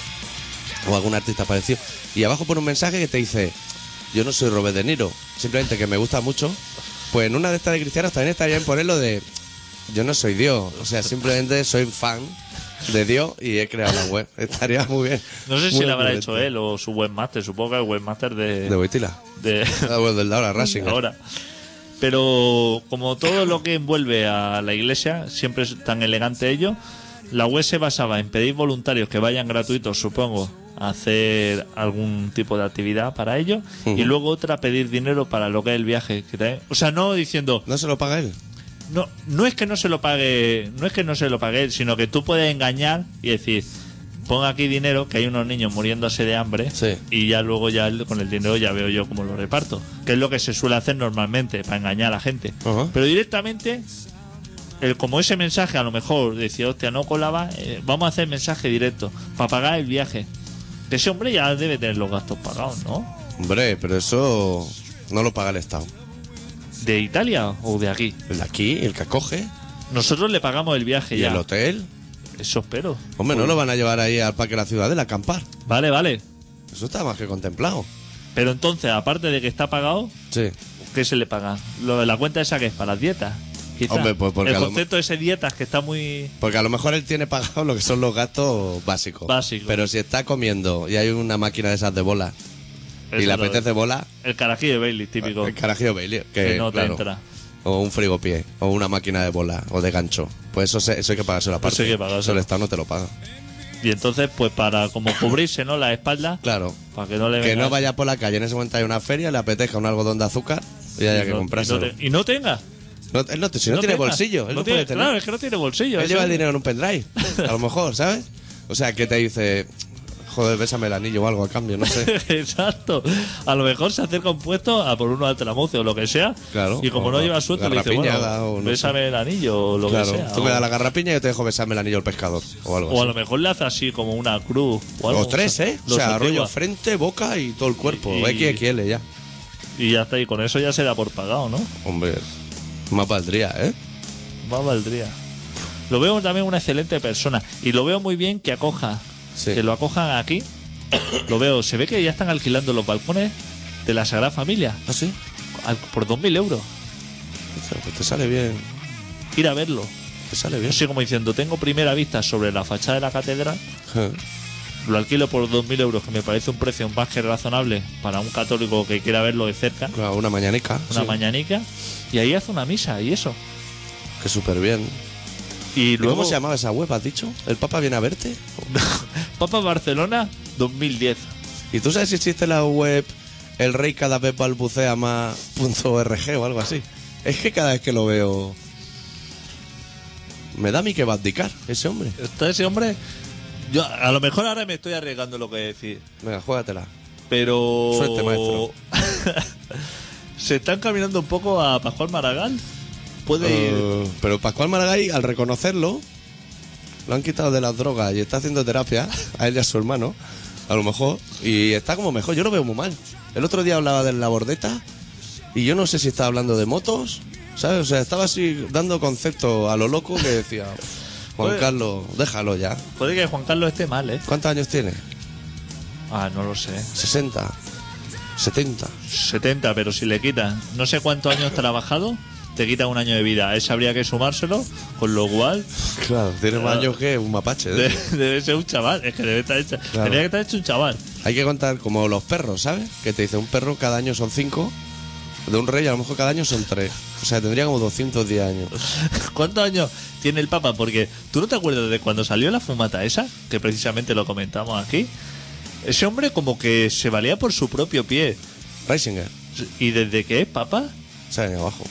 S1: O algún artista parecido. Y abajo pone un mensaje que te dice, yo no soy Robert De Niro, simplemente que me gusta mucho. Pues en una de estas de cristianos también estaría bien ponerlo de, yo no soy Dios. O sea, simplemente soy fan de Dios y he creado la web. (laughs) Estaría muy bien.
S2: No sé si
S1: Muy
S2: lo habrá
S1: ocurrente.
S2: hecho ¿eh? él o su webmaster, supongo que el webmaster de,
S1: De Boitila.
S2: de-
S1: La web del Laura Racing.
S2: ahora. Pero como todo lo que envuelve a la iglesia, siempre es tan elegante ello, la web se basaba en pedir voluntarios que vayan gratuitos, supongo, a hacer algún tipo de actividad para ellos, y luego otra pedir dinero para lo que es el viaje. que también- o sea, no diciendo,
S1: ¿No se lo paga él?
S2: no, no es que no se lo pague, no es que no se lo pague, él, sino que tú puedes engañar y decir, pon aquí dinero, que hay unos niños muriéndose de hambre,
S1: Sí.
S2: y ya luego ya el- con el dinero ya veo yo cómo lo reparto, que es lo que se suele hacer normalmente para engañar a la gente.
S1: Ajá.
S2: Pero directamente, el, como ese mensaje a lo mejor decía, hostia, no colaba, eh, vamos a hacer mensaje directo para pagar el viaje. Que ese hombre ya debe tener los gastos pagados, ¿no?
S1: Hombre, pero eso no lo paga el Estado.
S2: ¿De Italia o de aquí?
S1: El de aquí, el que acoge.
S2: Nosotros le pagamos el viaje
S1: ¿Y
S2: ya.
S1: el hotel?
S2: Eso espero.
S1: Hombre, no lo van a llevar ahí al Parque de la Ciudadela a acampar.
S2: Vale, vale.
S1: Eso está más que contemplado.
S2: Pero entonces, aparte de que está pagado,
S1: Sí.
S2: ¿qué se le paga? Lo de la cuenta esa que es para las dietas. quizá.
S1: Hombre, pues porque a
S2: El
S1: lo
S2: concepto ese dietas que está muy.
S1: Porque a lo mejor él tiene pagado lo que son los gastos básicos.
S2: Básicos.
S1: Pero si está comiendo y hay una máquina de esas de bolas y
S2: Eso
S1: le
S2: lo-
S1: apetece bola,
S2: El carajillo de Bailey, típico.
S1: el carajillo Bailey, que,
S2: Que no te
S1: claro,
S2: entra.
S1: O un frigopié, o una máquina de bola, o de gancho. Pues eso, se- eso hay que pagarse la parte.
S2: hay que pagárselo.
S1: el Estado no te lo paga.
S2: Y entonces, pues para como cubrirse, ¿no? La espalda.
S1: Claro.
S2: Para que no le
S1: Que
S2: venga-
S1: no vaya por la calle, en ese momento hay una feria, le apetezca un algodón de azúcar y haya
S2: y
S1: que
S2: no-
S1: comprárselo.
S2: Y no, te- y no tenga.
S1: No, él no te- si no, tiene
S2: tenga.
S1: bolsillo, él
S2: No
S1: no
S2: tiene-
S1: puede tener.
S2: Claro, es que no tiene bolsillo.
S1: Él
S2: eso-
S1: lleva el dinero en un pendrive, a lo mejor, ¿sabes? O sea, que te dice, joder, bésame el anillo o algo a cambio, no sé.
S2: (laughs) Exacto. A lo mejor se acerca un puesto a por uno al tramuce o lo que sea.
S1: Claro.
S2: Y como
S1: O
S2: no
S1: la-
S2: lleva suelto, le dice, bueno,
S1: garrapiñada o no sé.
S2: bésame el anillo o (laughs) lo
S1: claro,
S2: que sea.
S1: tú me
S2: o-
S1: das la garrapiña y yo te dejo besarme el anillo al pescador o algo
S2: O a
S1: así.
S2: lo mejor le hace así como una cruz o algo.
S1: Pues Los tres, ¿eh? O
S2: Los
S1: sea,
S2: antigua.
S1: rollo frente, boca y todo el cuerpo.
S2: Y-
S1: XXL ya.
S2: Y ya está, y con eso ya se da por pagado, ¿no?
S1: Hombre, más valdría, ¿eh?
S2: Más valdría. Lo veo también una excelente persona. Y lo veo muy bien que acoja.
S1: Sí.
S2: Que lo acojan aquí. Lo veo. Se ve que ya están alquilando los balcones de la Sagrada Familia.
S1: ¿Ah, sí?
S2: al- por 2.000 euros.
S1: Dice, Pues te sale bien,
S2: Ir a verlo.
S1: te sale
S2: Yo
S1: bien.
S2: soy como diciendo, tengo primera vista sobre la fachada de la catedral. Lo alquilo por 2.000 euros, que me parece un precio más que razonable para un católico que quiera verlo de cerca.
S1: Claro, una mañanica.
S2: una
S1: sí,
S2: mañanica y ahí hace una misa y eso.
S1: Que súper bien.
S2: Y
S1: ¿Y
S2: luego
S1: cómo se
S2: (laughs)
S1: llamaba esa web, has dicho? ¿El Papa viene a verte?
S2: Papa Barcelona 2010.
S1: ¿Y tú sabes si existe la web el rey cada vez balbucea más.org o algo así? Es que cada vez que lo veo. Me da a mí que abdicar ese hombre.
S2: Está ese hombre. Yo a lo mejor ahora me estoy arriesgando lo que decir,
S1: Venga, juégatela.
S2: pero
S1: Suerte, maestro.
S2: (laughs) se están caminando un poco a Pascual Maragall. Puede ir.
S1: Eh, pero Pascual Maragall, al reconocerlo, lo han quitado de las drogas y está haciendo terapia a él y a su hermano, a lo mejor, y está como mejor. Yo lo veo muy mal. El otro día hablaba de la bordeta y yo no sé si estaba hablando de motos, ¿sabes? O sea, estaba así dando conceptos a lo loco que decía, Juan
S2: Pues-
S1: Carlos, déjalo ya.
S2: Puede que Juan Carlos esté mal, ¿eh?
S1: ¿Cuántos años tiene?
S2: Ah, no lo sé.
S1: ¿60? ¿70?
S2: 70, pero si le quitan no sé cuántos años trabajado, te quita un año de vida. A Eso habría que sumárselo, con lo cual
S1: Claro, tiene más
S2: Claro.
S1: años que un mapache. ¿eh? (laughs)
S2: de- debe ser un chaval. Es que debe estar hecha.
S1: Claro.
S2: Tendría que estar hecho un chaval. (laughs)
S1: Hay que contar como los perros, ¿sabes? Que te dice un perro cada año son cinco, de un rey a lo mejor cada año son tres. O sea, tendría como 210 años.
S2: ¿Cuántos años tiene el Papa? Porque tú no te acuerdas de cuando salió la fumata esa, que precisamente lo comentamos aquí. Ese hombre como que se valía por su propio pie.
S1: Reisinger,
S2: Y desde que es Papa,
S1: o sea, ahí abajo.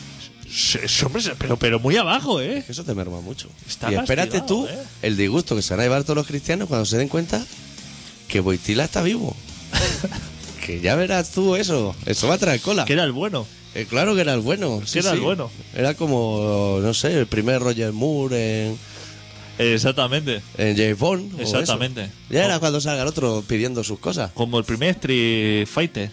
S2: se- ese hombre, se- pero, pero muy abajo, ¿eh?
S1: Que eso te merma mucho.
S2: Está
S1: y espérate
S2: castigado,
S1: tú
S2: ¿eh?
S1: el disgusto que se van a llevar todos los cristianos cuando se den cuenta que
S2: (laughs)
S1: Boitila está vivo. que ya verás tú eso. Eso va a traer cola.
S2: Que era el bueno.
S1: Eh, claro que era el bueno.
S2: Sí, era el bueno.
S1: Era como, no sé, el primer Roger Moore en,
S2: Exactamente.
S1: en James Bond. o eso.
S2: Exactamente. Oh.
S1: Ya era
S2: No.
S1: cuando salga el otro pidiendo sus cosas.
S2: Como el primer Street Fighter.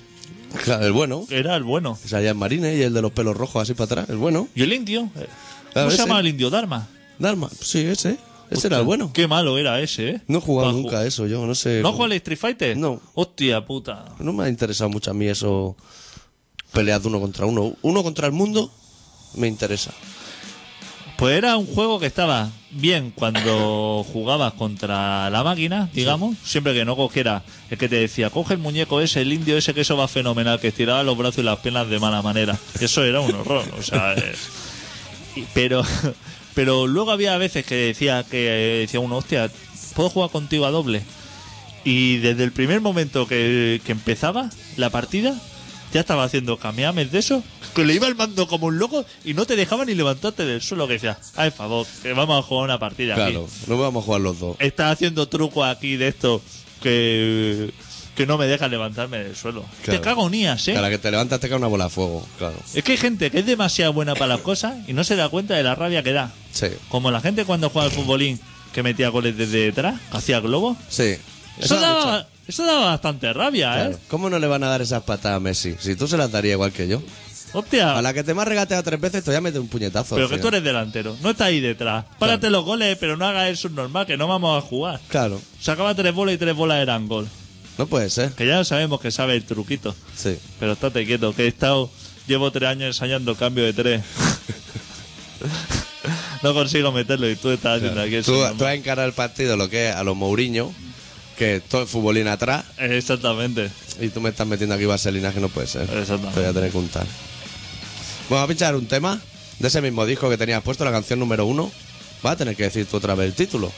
S1: Claro, (laughs) el bueno.
S2: Era el bueno.
S1: Salía el marine y el de los pelos rojos así para atrás. El bueno.
S2: Y el indio. eh,
S1: A
S2: ¿Cómo
S1: ver,
S2: se llama
S1: sí.
S2: el indio Dharma?
S1: Dharma. Sí, ese. Ese era el bueno.
S2: Qué malo era ese, ¿eh?
S1: No he jugado
S2: Pa-
S1: nunca a eso, yo no sé.
S2: ¿No has jugado al Street Fighter?
S1: No.
S2: Hostia puta.
S1: No me ha interesado mucho a mí eso. Peleas de uno contra uno. Uno contra el mundo me interesa.
S2: Pues era un juego que estaba bien cuando jugabas contra la máquina, digamos, siempre que no cogiera. El que te decía, coge el muñeco ese, el indio ese, que eso va fenomenal, que estiraba los brazos y las piernas de mala manera. Eso era un horror, o sea. eh, y- Pero, (laughs) pero luego había veces que decía, que decía uno, hostia, ¿puedo jugar contigo a doble? Y desde el primer momento que, que empezaba la partida, ya estaba haciendo cameames de eso, (laughs) que le iba al mando como un loco y no te dejaba ni levantarte del suelo. Que decía, ay, favor, que vamos a ¿Eh? jugar una partida
S1: Claro,
S2: aquí.
S1: no vamos a jugar los dos.
S2: Estás haciendo trucos aquí de esto que, que no me deja levantarme del suelo.
S1: Claro.
S2: Te cago en IAS, ¿eh?
S1: Cada que te levantas te cae una bola de fuego, claro.
S2: Es que hay gente que es demasiado buena para las cosas y no se da cuenta de la rabia que da.
S1: Sí,
S2: Como la gente cuando juega al futbolín que metía goles desde detrás, que hacía globos.
S1: sí.
S2: Eso,
S1: da mucha-
S2: daba, eso daba bastante rabia,
S1: Claro.
S2: ¿eh?
S1: ¿Cómo no le van a dar esas patadas a Messi? Si tú se las darías igual que yo.
S2: Hostia.
S1: A la que te más regatea tres veces te voy a meter un puñetazo.
S2: Ah. Pero
S1: al
S2: que tú
S1: final.
S2: eres delantero, no está ahí detrás. Párate los goles, pero no hagas el subnormal, que no vamos a jugar.
S1: Claro,
S2: Sacaba tres bolas y tres bolas eran gol.
S1: no puede ser.
S2: Que ya sabemos que sabe el truquito.
S1: Sí.
S2: Pero estate quieto, que he estado. Llevo tres años ensayando el cambio de tres. (laughs) no consigo meterlo y tú estás haciendo aquí el
S1: Tú,
S2: subnormal.
S1: tú has encarado el partido lo que es a los Mourinho, que todo el futbolín atrás,
S2: Exactamente.
S1: y tú me estás metiendo aquí vaselinas que no puede ser.
S2: Exactamente.
S1: Te voy a tener que untar. Vamos a pinchar un tema de ese mismo disco que tenías puesto, la canción número uno. Vas a tener que decir tú otra vez el título.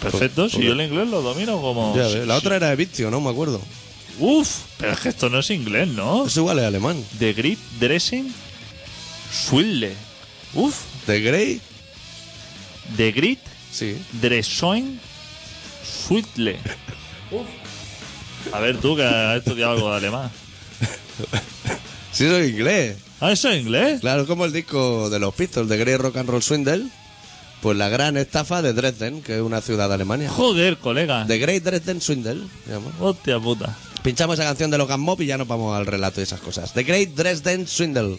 S2: Perfecto, si
S1: Tú-
S2: yo el inglés lo domino como.
S1: Ya ves, La otra era de Vitio, ¿no? Me acuerdo.
S2: Uf, pero es que esto no es inglés, ¿no?
S1: Eso igual es alemán.
S2: The Great Dressing Swindle. Uf,
S1: ¿De Grey?
S2: The Great
S1: Sí.
S2: Dressoin Sweetle. A ver, tú que has estudiado algo de alemán.
S1: Sí, soy inglés.
S2: Ah, eso es inglés.
S1: Claro, como el disco de los Pistols, de Grey Rock and Roll Swindle. Pues la gran estafa de Dresden, que es una ciudad de Alemania.
S2: Joder, colega.
S1: The Great Dresden Swindle. se llama.
S2: Hostia puta.
S1: Pinchamos esa canción de Logan Mob y ya nos vamos al relato y esas cosas. The Great Dresden Swindle.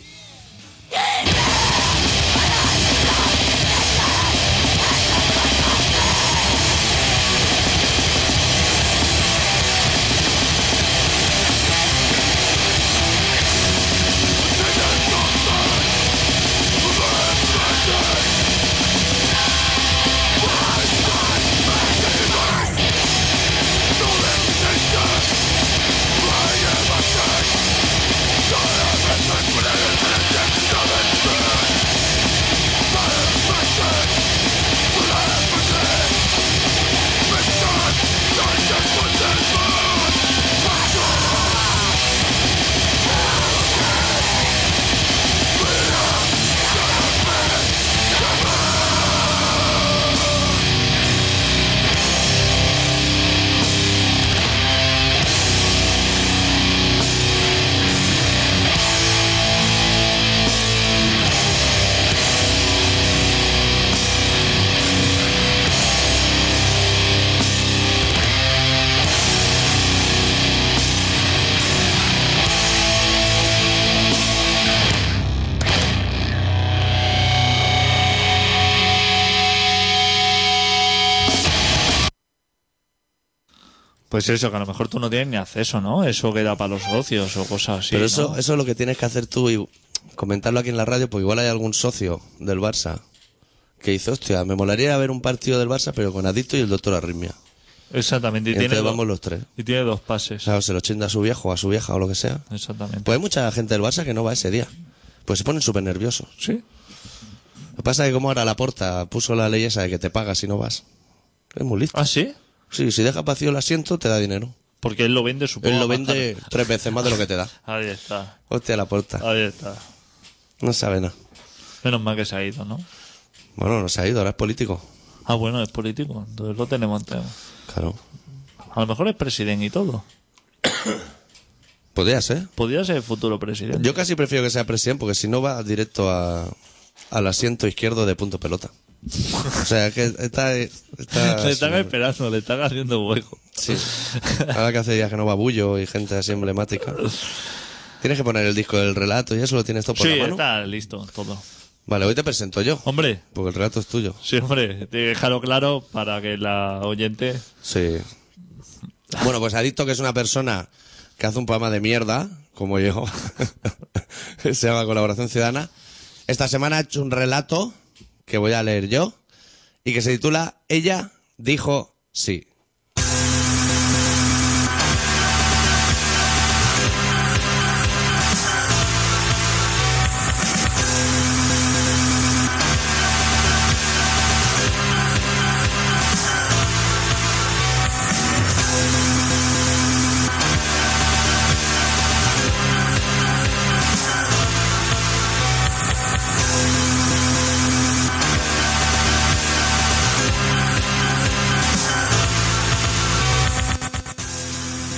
S2: Pues eso, que a lo mejor tú no tienes ni acceso, ¿no? Eso queda para los socios o cosas así.
S1: Pero
S2: ¿no?
S1: eso, eso es lo que tienes que hacer tú y comentarlo aquí en la radio, porque igual hay algún socio del Barça que dice, hostia, me molaría ver un partido del Barça, pero con Adicto y el doctor Arritmia.
S2: Exactamente.
S1: Y
S2: Y, tiene
S1: entonces
S2: dos,
S1: vamos los tres.
S2: y tiene dos pases.
S1: O sea, se lo chinda a su viejo, a su vieja o lo que sea.
S2: Exactamente.
S1: Pues hay mucha gente del Barça que no va ese día. Pues se ponen súper nerviosos.
S2: sí.
S1: Lo que pasa es que como ahora la porta puso la ley esa de que te pagas si no vas. Es muy listo.
S2: Ah, sí.
S1: Sí, si dejas vacío el asiento, te da dinero.
S2: Porque él lo vende, supongo.
S1: Él lo
S2: más
S1: vende
S2: caro.
S1: tres veces más de lo que te da.
S2: Ahí está.
S1: Hostia, la porta.
S2: Ahí está.
S1: No sabe nada.
S2: Menos mal que se ha ido, ¿no?
S1: Bueno, no se ha ido, ahora es político.
S2: Ah, bueno, es político. Entonces lo tenemos. tenemos.
S1: Claro.
S2: A lo mejor es presidente y todo.
S1: Podría ser.
S2: Podría ser futuro presidente.
S1: Yo casi prefiero que sea presidente porque si no va directo a, al asiento izquierdo de punto pelota. O sea, que está... está
S2: (laughs) le están esperando, le están haciendo hueco.
S1: Sí. Ahora que hace días que no va Bullo y gente así emblemática. Tienes que poner el disco del relato y eso lo tienes todo por
S2: Sí,
S1: la mano.
S2: está listo todo.
S1: Vale, hoy te presento yo.
S2: Hombre,
S1: Porque el relato es tuyo.
S2: sí, hombre, te dejarlo claro para que la oyente.
S1: Sí. Bueno, pues Adicto, que es una persona que hace un programa de mierda, como yo, (laughs) que se llama Colaboración Ciudadana. Esta semana ha hecho un relato que voy a leer yo y que se titula Ella dijo sí.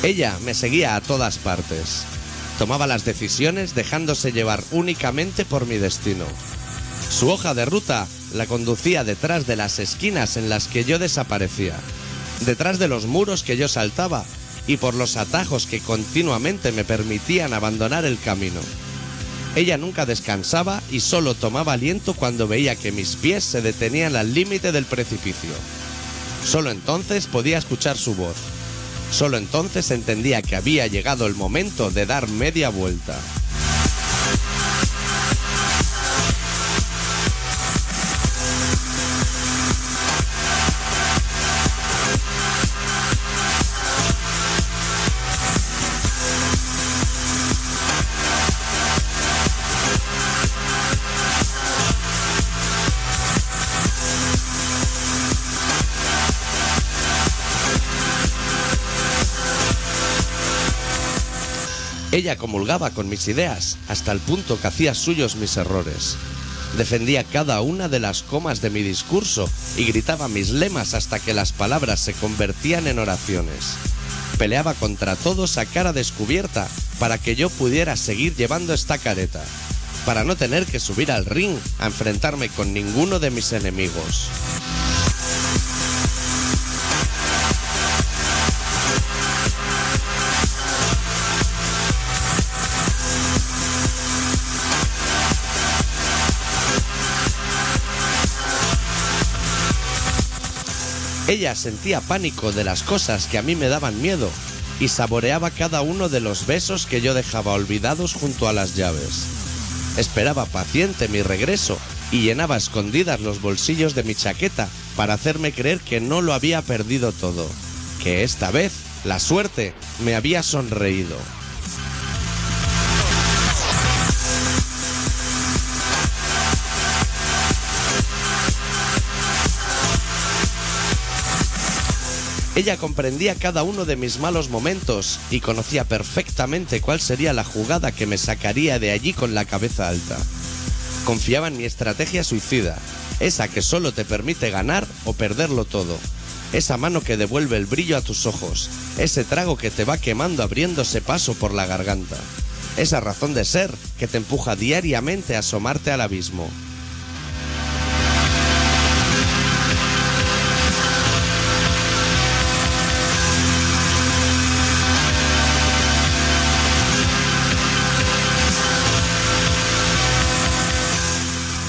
S1: Ella me seguía a todas partes. Tomaba las decisiones dejándose llevar únicamente por mi destino. Su hoja de ruta la conducía detrás de las esquinas en las que yo desaparecía, detrás de los muros que yo saltaba y por los atajos que continuamente me permitían abandonar el camino. Ella nunca descansaba y solo tomaba aliento cuando veía que mis pies se detenían al límite del precipicio. Solo entonces podía escuchar su voz. Solo entonces entendía que había llegado el momento de dar media vuelta. Ella comulgaba con mis ideas hasta el punto que hacía suyos mis errores. Defendía cada una de las comas de mi discurso y gritaba mis lemas hasta que las palabras se convertían en oraciones. Peleaba contra todos a cara descubierta para que yo pudiera seguir llevando esta careta, para no tener que subir al ring a enfrentarme con ninguno de mis enemigos. Ella sentía pánico de las cosas que a mí me daban miedo y saboreaba cada uno de los besos que yo dejaba olvidados junto a las llaves. Esperaba paciente mi regreso y llenaba a escondidas los bolsillos de mi chaqueta para hacerme creer que no lo había perdido todo, que esta vez la suerte me había sonreído. Ella comprendía cada uno de mis malos momentos y conocía perfectamente cuál sería la jugada que me sacaría de allí con la cabeza alta. Confiaba en mi estrategia suicida, esa que solo te permite ganar o perderlo todo. Esa mano que devuelve el brillo a tus ojos, ese trago que te va quemando abriéndose paso por la garganta, esa razón de ser que te empuja diariamente a asomarte al abismo.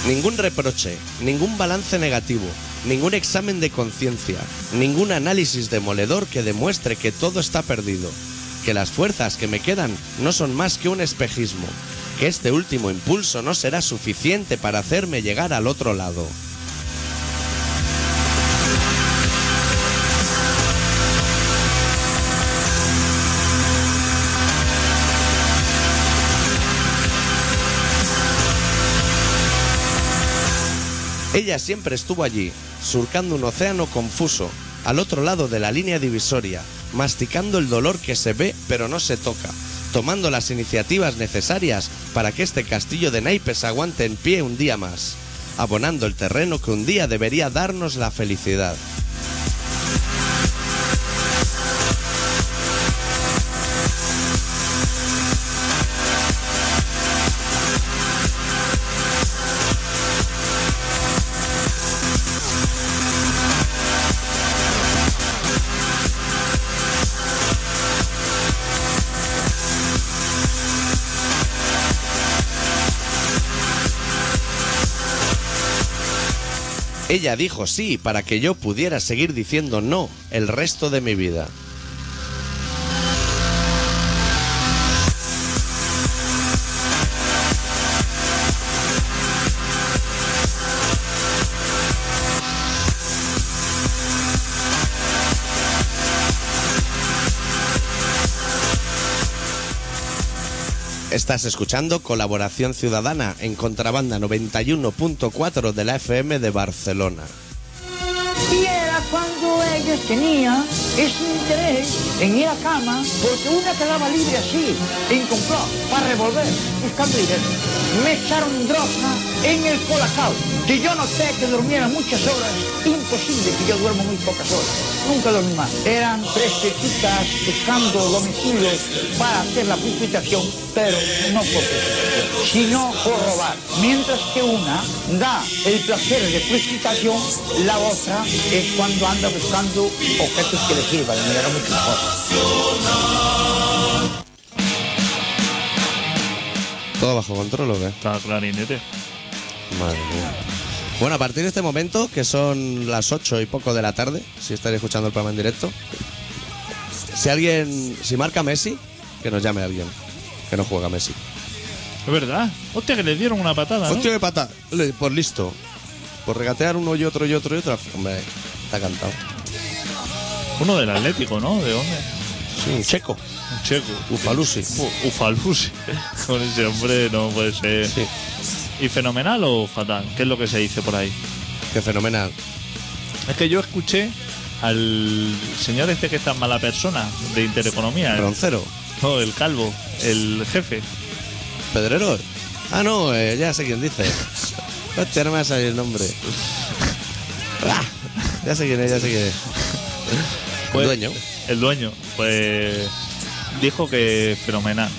S1: Ningún reproche, ningún balance negativo, ningún examen de conciencia, ningún análisis demoledor que demuestre que todo está perdido, que las fuerzas que me quedan no son más que un espejismo, que este último impulso no será suficiente para hacerme llegar al otro lado. Ella siempre estuvo allí, surcando un océano confuso, al otro lado de la línea divisoria, masticando el dolor que se ve pero no se toca, tomando las iniciativas necesarias para que este castillo de naipes aguante en pie un día más, abonando el terreno que un día debería darnos la felicidad. Ella dijo sí para que yo pudiera seguir diciendo no el resto de mi vida. Estás escuchando Colaboración Ciudadana en Contrabanda 91.4 de la FM de Barcelona.
S4: Y era cuando ellos tenían ese interés en ir a cama, porque una quedaba libre así, en complot, para revolver, buscando dinero. Me echaron droga en el colacao, que yo noté que durmiera muchas horas, imposible que yo duermo muy pocas horas, nunca dormí más. Eran tres chiquitas buscando domicilios para hacer la precipitación, pero no por eso, sino por robar. Mientras que una da el placer de precipitación, la otra es cuando anda buscando objetos que le sirvan, de manera mucho mejor.
S1: ¿Todo bajo control o qué?
S2: Está clarinete.
S1: Madre mía. Bueno, a partir de este momento, que son las 8 y poco de la tarde, si estáis escuchando el programa en directo, si alguien, si marca Messi, que nos llame alguien, que no juega Messi.
S2: Es verdad. Hostia, que le dieron una patada. ¿no?
S1: Hostia, qué pata, Le- por listo, por regatear uno y otro y otro y otro, hombre, está cantado.
S2: Uno del Atlético, ¿no? ¿De dónde?
S1: Sí, un checo,
S2: Un checo.
S1: Ufalusi.
S2: U- Ufalusi. (laughs) Con ese hombre no puede ser.
S1: Sí,
S2: ¿Y fenomenal o fatal? ¿Qué es lo que se dice por ahí?
S1: qué fenomenal.
S2: Es que yo escuché al señor este que es tan mala persona de Intereconomía. el-
S1: Broncero,
S2: no, el calvo, el jefe.
S1: Pedrero. Ah, no, eh, ya sé quién dice. Hostia, no me va a salir el nombre. Ah, ya sé quién es, ya sé quién es. El
S2: Pues-
S1: dueño.
S2: El dueño. Pues dijo que fenomenal.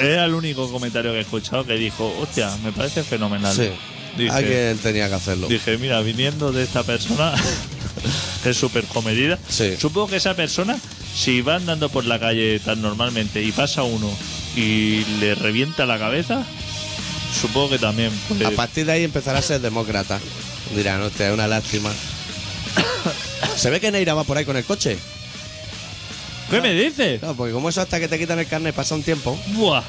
S2: Era el único comentario que he escuchado que dijo, hostia, me parece fenomenal.
S1: Sí.
S2: Dije,
S1: Alguien tenía que hacerlo.
S2: Dije, mira, viniendo de esta persona (laughs) es súper comedida.
S1: Sí.
S2: Supongo que esa persona, si va andando por la calle tan normalmente y pasa uno y le revienta la cabeza, supongo que también. puede-
S1: A partir de ahí empezará a ser demócrata. Dirán, hostia, es una lástima. Se ve que Neira va por ahí con el coche.
S2: ¿Qué me dices?
S1: Claro, porque como eso hasta que te quitan el carnet pasa un tiempo,
S2: Buah.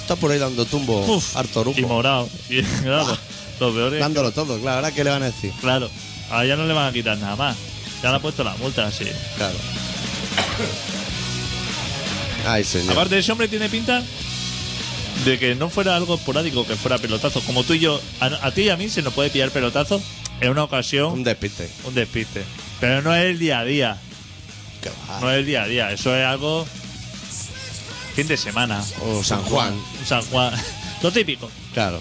S1: estás por ahí dando tumbo,
S2: Uf.
S1: Oh, harto
S2: Y
S1: orujo.
S2: morado. (laughs) Y, claro, lo peor es.
S1: Dándolo todo, claro. Ahora, ¿qué le van a decir?
S2: Claro, a ella no le van a quitar nada más. Ya le ha puesto la multa, sí.
S1: Claro. Ay, señor.
S2: Aparte, ese hombre tiene pinta de que no fuera algo esporádico, que fuera pelotazo. Como tú y yo, a, a ti y a mí se nos puede pillar pelotazo en una
S1: Un
S2: ocasión,
S1: despiste.
S2: un despiste. Pero no es el día a día,
S1: Qué va.
S2: no es el día a día. Eso es algo fin de semana.
S1: O San Juan.
S2: San Juan. (laughs) Lo típico.
S1: Claro.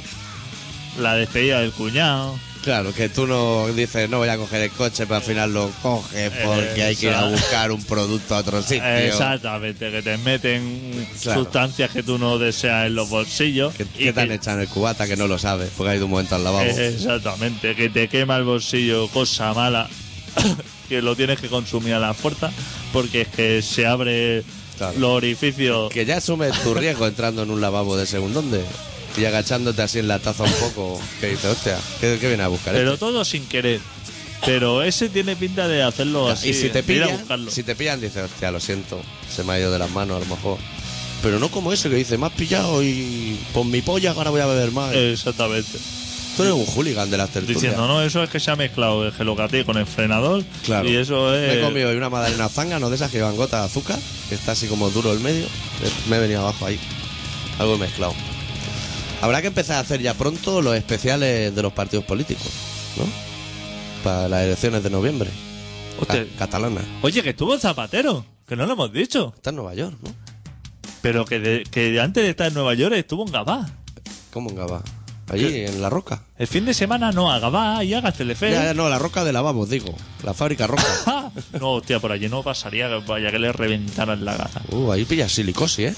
S2: La despedida del cuñado.
S1: Claro, que tú no dices, no voy a coger el coche, pero al final lo coges porque hay que ir a
S2: Eh, Exacto.
S1: buscar un producto a otro sitio.
S2: Exactamente, que te meten
S1: Claro.
S2: sustancias que tú no deseas en los bolsillos.
S1: ¿Qué,
S2: y
S1: qué te han
S2: que-
S1: echado en el cubata que no lo sabes? Porque hay de un momento al lavabo.
S2: Eh, Exactamente, que te quema el bolsillo, cosa mala, (coughs) que lo tienes que consumir a la fuerza, porque es que se abre
S1: Claro.
S2: los orificios.
S1: Que ya asumes tu riesgo entrando en un lavabo de segundón de- y agachándote así en la taza un poco. Que dices, hostia, ¿qué, qué viene a buscar?
S2: Pero
S1: este?
S2: todo sin querer. Pero ese tiene pinta de hacerlo así.
S1: y si te
S2: de ir a
S1: pillan,
S2: buscarlo.
S1: si te pillan, dices, hostia, lo siento, se me ha ido de las manos a lo mejor. Pero no como ese que dice, me has pillado y pon mi polla que ahora voy a beber más.
S2: Exactamente.
S1: Tú eres un hooligan de las tertulias.
S2: Eh, Diciendo, no, eso es que se ha mezclado el gelocatí con el frenador.
S1: Claro.
S2: Y eso
S1: Me he
S2: es.
S1: comido hoy una magdalena zanga, no de esas que llevan gotas de azúcar, que está así como duro el medio. Eh, Me he venido abajo ahí. Algo mezclado. Habrá que empezar a hacer ya pronto los especiales de los partidos políticos, ¿no? Para las elecciones de noviembre.
S2: Hostia,
S1: Ca- Catalana.
S2: Oye, que estuvo Zapatero, que no lo hemos dicho.
S1: Está en Nueva York, ¿no?
S2: Pero que, de- que antes de estar en Nueva York estuvo en Gabá.
S1: ¿Cómo en Gabá? Allí, en La Roca.
S2: El fin de semana no, a Gabá y hagas Telefe.
S1: Ya, ya, no, La Roca de Lavabos, digo. La fábrica Roca.
S2: (laughs) ¡Ja! No, hostia, por allí no pasaría que- vaya que le reventaran la gaza.
S1: Uh, ahí pillas silicosis, ¿eh?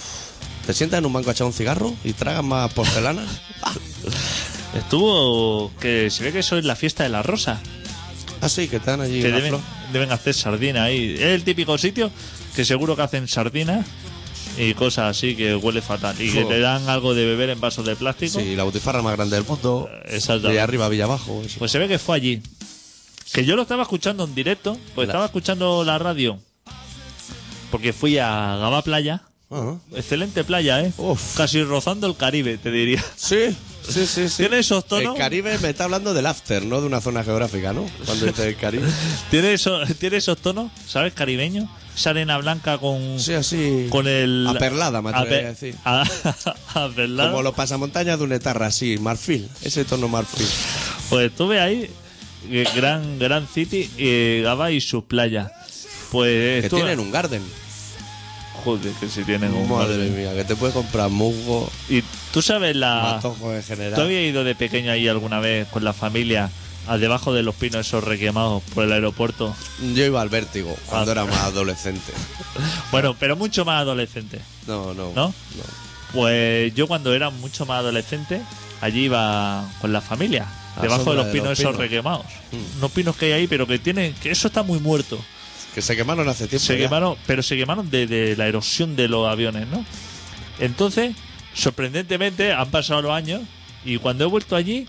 S1: Te sientas en un banco a echar un cigarro y tragas más porcelana.
S2: (laughs) Estuvo que se ve que eso es la fiesta de la rosa.
S1: Ah, sí, que están allí.
S2: que
S1: en la
S2: deben,
S1: flor.
S2: deben hacer sardina ahí. Es el típico sitio que seguro que hacen sardinas y cosas así que huele fatal. Y que
S1: Fu.
S2: te dan algo de beber en vasos de plástico.
S1: Sí, la butifarra más grande del mundo.
S2: Eh, Exactamente.
S1: De arriba, Villa abajo. eso.
S2: Pues se ve que fue allí. Que yo lo estaba escuchando en directo, pues
S1: La-
S2: estaba escuchando la radio. Porque fui a Gama Playa.
S1: Ajá.
S2: Excelente playa, ¿eh?
S1: Uf.
S2: Casi rozando el Caribe, te diría.
S1: Sí, sí, sí, sí.
S2: Tiene esos tonos.
S1: El Caribe me está hablando del after, no de una zona geográfica, ¿no? Cuando dice el
S2: (laughs)
S1: Caribe.
S2: Tiene, eso- tiene esos tonos, ¿sabes? Caribeños. Esa arena blanca con,
S1: Sí, así.
S2: con el.
S1: Aperlada, me atrevería
S2: ape-
S1: a decir.
S2: a- (laughs) aperlada.
S1: Como los pasamontañas de un etarra, así, marfil. Ese tono marfil.
S2: Pues estuve ahí, eh, Gran, gran City, eh, Gaba y sus playas. Pues
S1: Que
S2: estuve-
S1: tienen un garden.
S2: Joder, que si tienen un.
S1: Madre mía, que te puedes comprar musgo,
S2: Y tú sabes la.
S1: matojos en general.
S2: ¿Tú habías ido de pequeño ahí alguna vez con la familia, al debajo de los pinos esos requemados por el aeropuerto?
S1: Yo iba al vértigo cuando
S2: Ah.
S1: era más adolescente.
S2: Bueno, pero mucho más adolescente.
S1: No, no.
S2: ¿No? Pues yo cuando era mucho más adolescente, allí iba con la familia,
S1: A la
S2: debajo
S1: sombra
S2: de los
S1: de
S2: pinos
S1: los
S2: esos
S1: pinos. Hmm.
S2: requemados. Unos pinos que hay ahí, pero que tienen, que eso está muy muerto.
S1: Que se quemaron hace tiempo.
S2: Se
S1: ya.
S2: quemaron, pero se quemaron de, de la erosión de los aviones, ¿no? Entonces, sorprendentemente, han pasado los años y cuando he vuelto allí,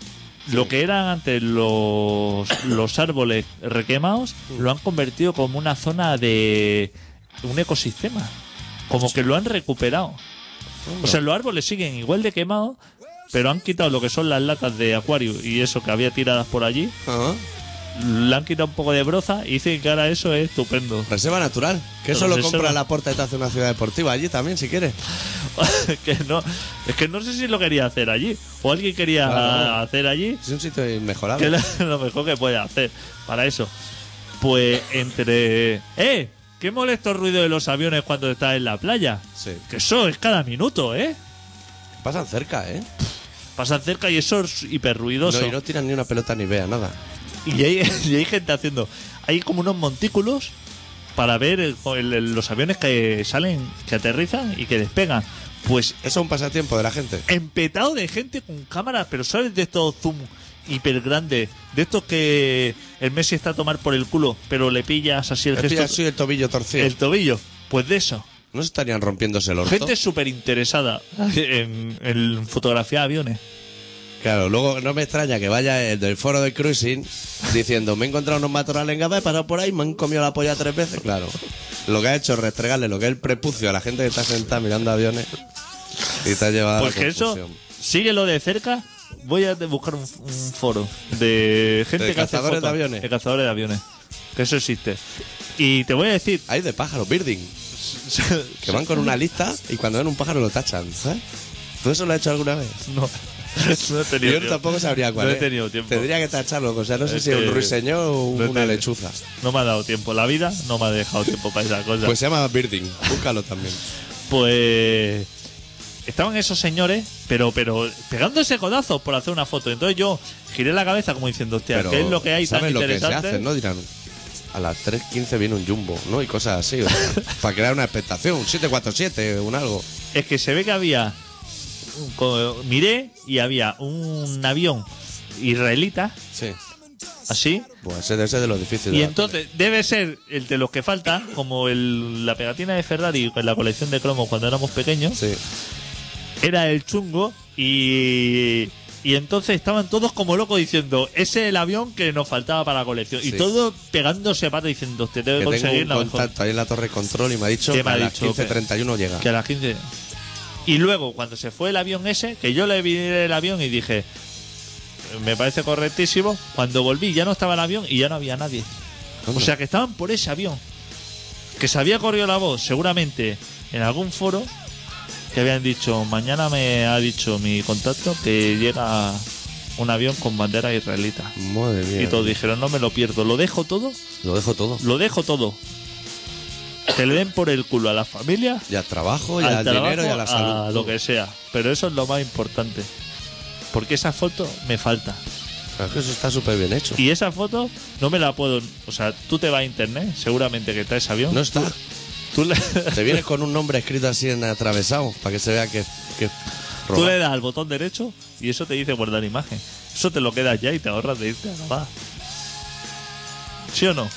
S2: lo que eran antes los, los árboles requemados, lo han convertido como una zona de un ecosistema. Como que lo han recuperado. O sea, los árboles siguen igual de quemados, pero han quitado lo que son las latas de acuario y eso que había tiradas por allí.
S1: Ajá.
S2: Le han quitado un poco de broza y dicen que ahora eso es estupendo.
S1: Reserva natural. Que eso
S2: Pero
S1: lo
S2: reserva-
S1: compra la puerta y te hace una ciudad deportiva allí también, si quieres.
S2: (laughs) que no, es que no sé si lo quería hacer allí o alguien quería
S1: Claro.
S2: hacer allí
S1: Es un sitio
S2: que (laughs)
S1: inmejorable.
S2: es lo mejor que puede hacer para eso. Pues entre eh, qué molesto el ruido de los aviones cuando estás en la playa.
S1: Sí.
S2: Que eso es cada minuto, ¿eh?
S1: Pasan cerca, ¿eh?
S2: Pasan cerca y eso es hiperruidoso.
S1: No, y no tiran ni una pelota ni vea, nada.
S2: Y hay, (laughs) y hay gente haciendo. Hay como unos montículos para ver el- el- los aviones que salen, que aterrizan y que despegan. Pues
S1: Eso es un pasatiempo de la gente.
S2: empetado de gente con cámaras, pero sabes de estos zoom hiper grandes, de estos que el Messi está a tomar por el culo, pero le pillas así el
S1: El
S2: gesto,
S1: así el tobillo torcido.
S2: el tobillo, pues de eso.
S1: ¿No se estarían rompiéndose el orto?
S2: Gente súper interesada en, en fotografía de aviones.
S1: Claro, luego no me extraña que vaya el del foro del cruising diciendo me he encontrado unos matorrales en Gaba, he pasado por ahí, me han comido la polla tres veces. Claro, lo que ha hecho es restregarle lo que es el prepucio a la gente que está sentada mirando aviones y te ha llevado
S2: Pues
S1: a la
S2: que eso,
S1: confusión.
S2: síguelo de cerca. Voy a buscar un, un foro de gente
S1: ¿De
S2: que hace
S1: cazadores de
S2: fotos,
S1: aviones?
S2: De cazadores de aviones. Que eso existe. Y te voy a decir,
S1: Hay de pájaros, birding, que van con una lista y cuando ven un pájaro lo tachan, ¿sabes? ¿Tú eso lo has hecho alguna vez?
S2: no, (laughs) no he tenido
S1: Yo
S2: tiempo.
S1: tampoco sabría cuál
S2: No he
S1: es.
S2: tenido tiempo.
S1: Tendría que tacharlo, o sea, no sé
S2: Es
S1: si es
S2: que-
S1: un ruiseñor o
S2: no he
S1: una
S2: tenido-
S1: lechuza.
S2: No me ha dado tiempo la vida, no me ha dejado tiempo para esa cosa.
S1: Pues
S2: Pues,
S1: se llama birding, búscalo también.
S2: estaban esos señores, pero pero pegándose codazos por hacer una foto. Entonces yo giré la cabeza como diciendo, hostia,
S1: Pero
S2: ¿qué es lo que hay tan
S1: ¿sabes lo que se
S2: interesante?
S1: hace, no? Dirán, a las 3.15 viene un jumbo, ¿no? Y cosas así, o
S2: (laughs)
S1: sea, para crear una expectación, un 747, un algo.
S2: Es que se ve que había. un- co- Miré y había un avión israelita,
S1: Sí.
S2: así.
S1: Pues ese debe ser de los difíciles.
S2: Y entonces debe ser el de los que falta, como el- la pegatina de Ferrari en la colección de cromos cuando éramos pequeños.
S1: Sí.
S2: era el chungo y, y entonces estaban todos como locos diciendo, ese es el avión que nos faltaba para la colección. Y
S1: Sí.
S2: todos pegándose pata diciendo, te
S1: Que
S2: debe
S1: tengo
S2: conseguir
S1: un
S2: la mejor.
S1: contacto ahí en la torre de control y me ha dicho
S2: ¿Qué
S1: que
S2: me ha
S1: a las
S2: dicho?
S1: 15.31 llega.
S2: Que a las 15. Y luego, cuando se fue el avión ese, que yo le vi el avión y dije, me parece correctísimo, cuando volví ya no estaba el avión y ya no había nadie. O
S1: Anda.
S2: sea que estaban por ese avión. Que se había corrido la voz, seguramente, en algún foro, que habían dicho, mañana me ha dicho mi contacto que llega un avión con bandera israelita.
S1: Madre mía.
S2: Y todos dijeron, no me lo pierdo, lo dejo todo,
S1: Lo dejo todo.
S2: lo dejo todo. Que le den por el culo a la familia,
S1: Y al trabajo, y al,
S2: al trabajo,
S1: dinero, y a la salud.
S2: a lo que sea. Pero eso es lo más importante. Porque esa foto me falta.
S1: Es que eso está súper bien hecho.
S2: Y esa foto no me la puedo... O sea, tú te vas a internet, seguramente que está ese avión.
S1: No está.
S2: Tú le,
S1: Te vienes con un nombre escrito así en atravesado para que se vea que, que es
S2: (laughs) tú
S1: robado.
S2: le das al botón derecho y eso te dice guardar imagen. Eso te lo quedas ya y te ahorras de irte a grabar. ¿Sí o no?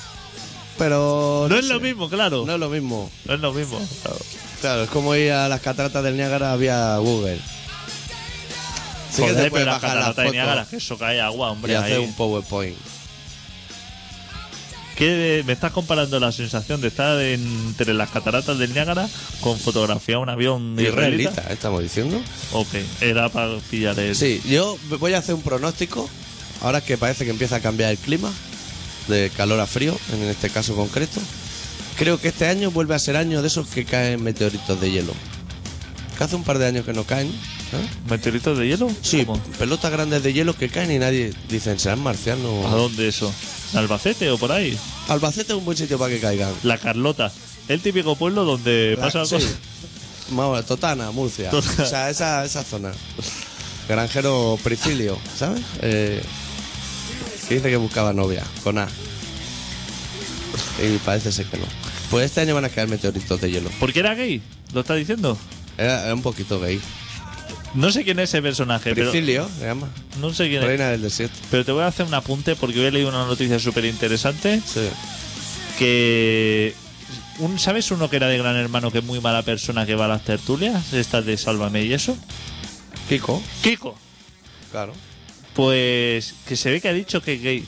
S1: Pero.
S2: No, es lo
S1: sé.
S2: mismo, claro.
S1: No
S2: No,
S1: es lo mismo.
S2: es lo mismo. claro.
S1: Claro, es como ir a las cataratas del Niágara vía Google. Sí que
S2: Joder,
S1: te puedes
S2: pero las
S1: bajar la
S2: cataratas de
S1: foto
S2: Niágara, que eso cae agua,
S1: y
S2: hombre.
S1: hacer
S2: ahí.
S1: un PowerPoint.
S2: que me estás comparando la sensación de estar entre las cataratas del Niágara con fotografía un avión israelita.
S1: Israelita, estamos diciendo.
S2: Ok, era para pillar el...
S1: Sí, yo voy a hacer un pronóstico. Ahora que parece que empieza a cambiar el clima, de calor a frío, en este caso concreto. Creo que este año vuelve a ser año de esos que caen meteoritos de hielo. Que hace un par de años que no caen. ¿eh?
S2: ¿Meteoritos de hielo?
S1: Sí,
S2: ¿Cómo?
S1: pelotas grandes de hielo que caen y nadie dicen, ¿serán marcianos?
S2: ¿A dónde eso? ¿En Albacete o por ahí?
S1: Albacete es un buen sitio para que caigan.
S2: La Carlota. El típico pueblo donde
S1: La-
S2: pasa
S1: sí.
S2: cosas.
S1: Vamos, Totana, Murcia.
S2: Totana.
S1: O sea, esa, esa zona. Granjero Priscilio, ¿sabes? Eh, que dice que buscaba novia, con A. Y parece ser que no. Pues este año van a caer meteoritos de hielo.
S2: ¿Por qué era gay? ¿Lo está diciendo?
S1: Era, era un poquito gay.
S2: No sé quién es ese personaje, Eh, pero.
S1: Priscilio, se llama.
S2: No sé quién es.
S1: Reina del desierto.
S2: Pero te voy a hacer un apunte porque hoy he leído una noticia súper interesante
S1: Sí.
S2: que. Un, ¿Sabes uno que era de Gran Hermano que es muy mala persona que va a las tertulias? Estas de Sálvame y eso.
S1: Kiko,
S2: Kiko.
S1: claro.
S2: Pues que se ve que ha dicho que es gay.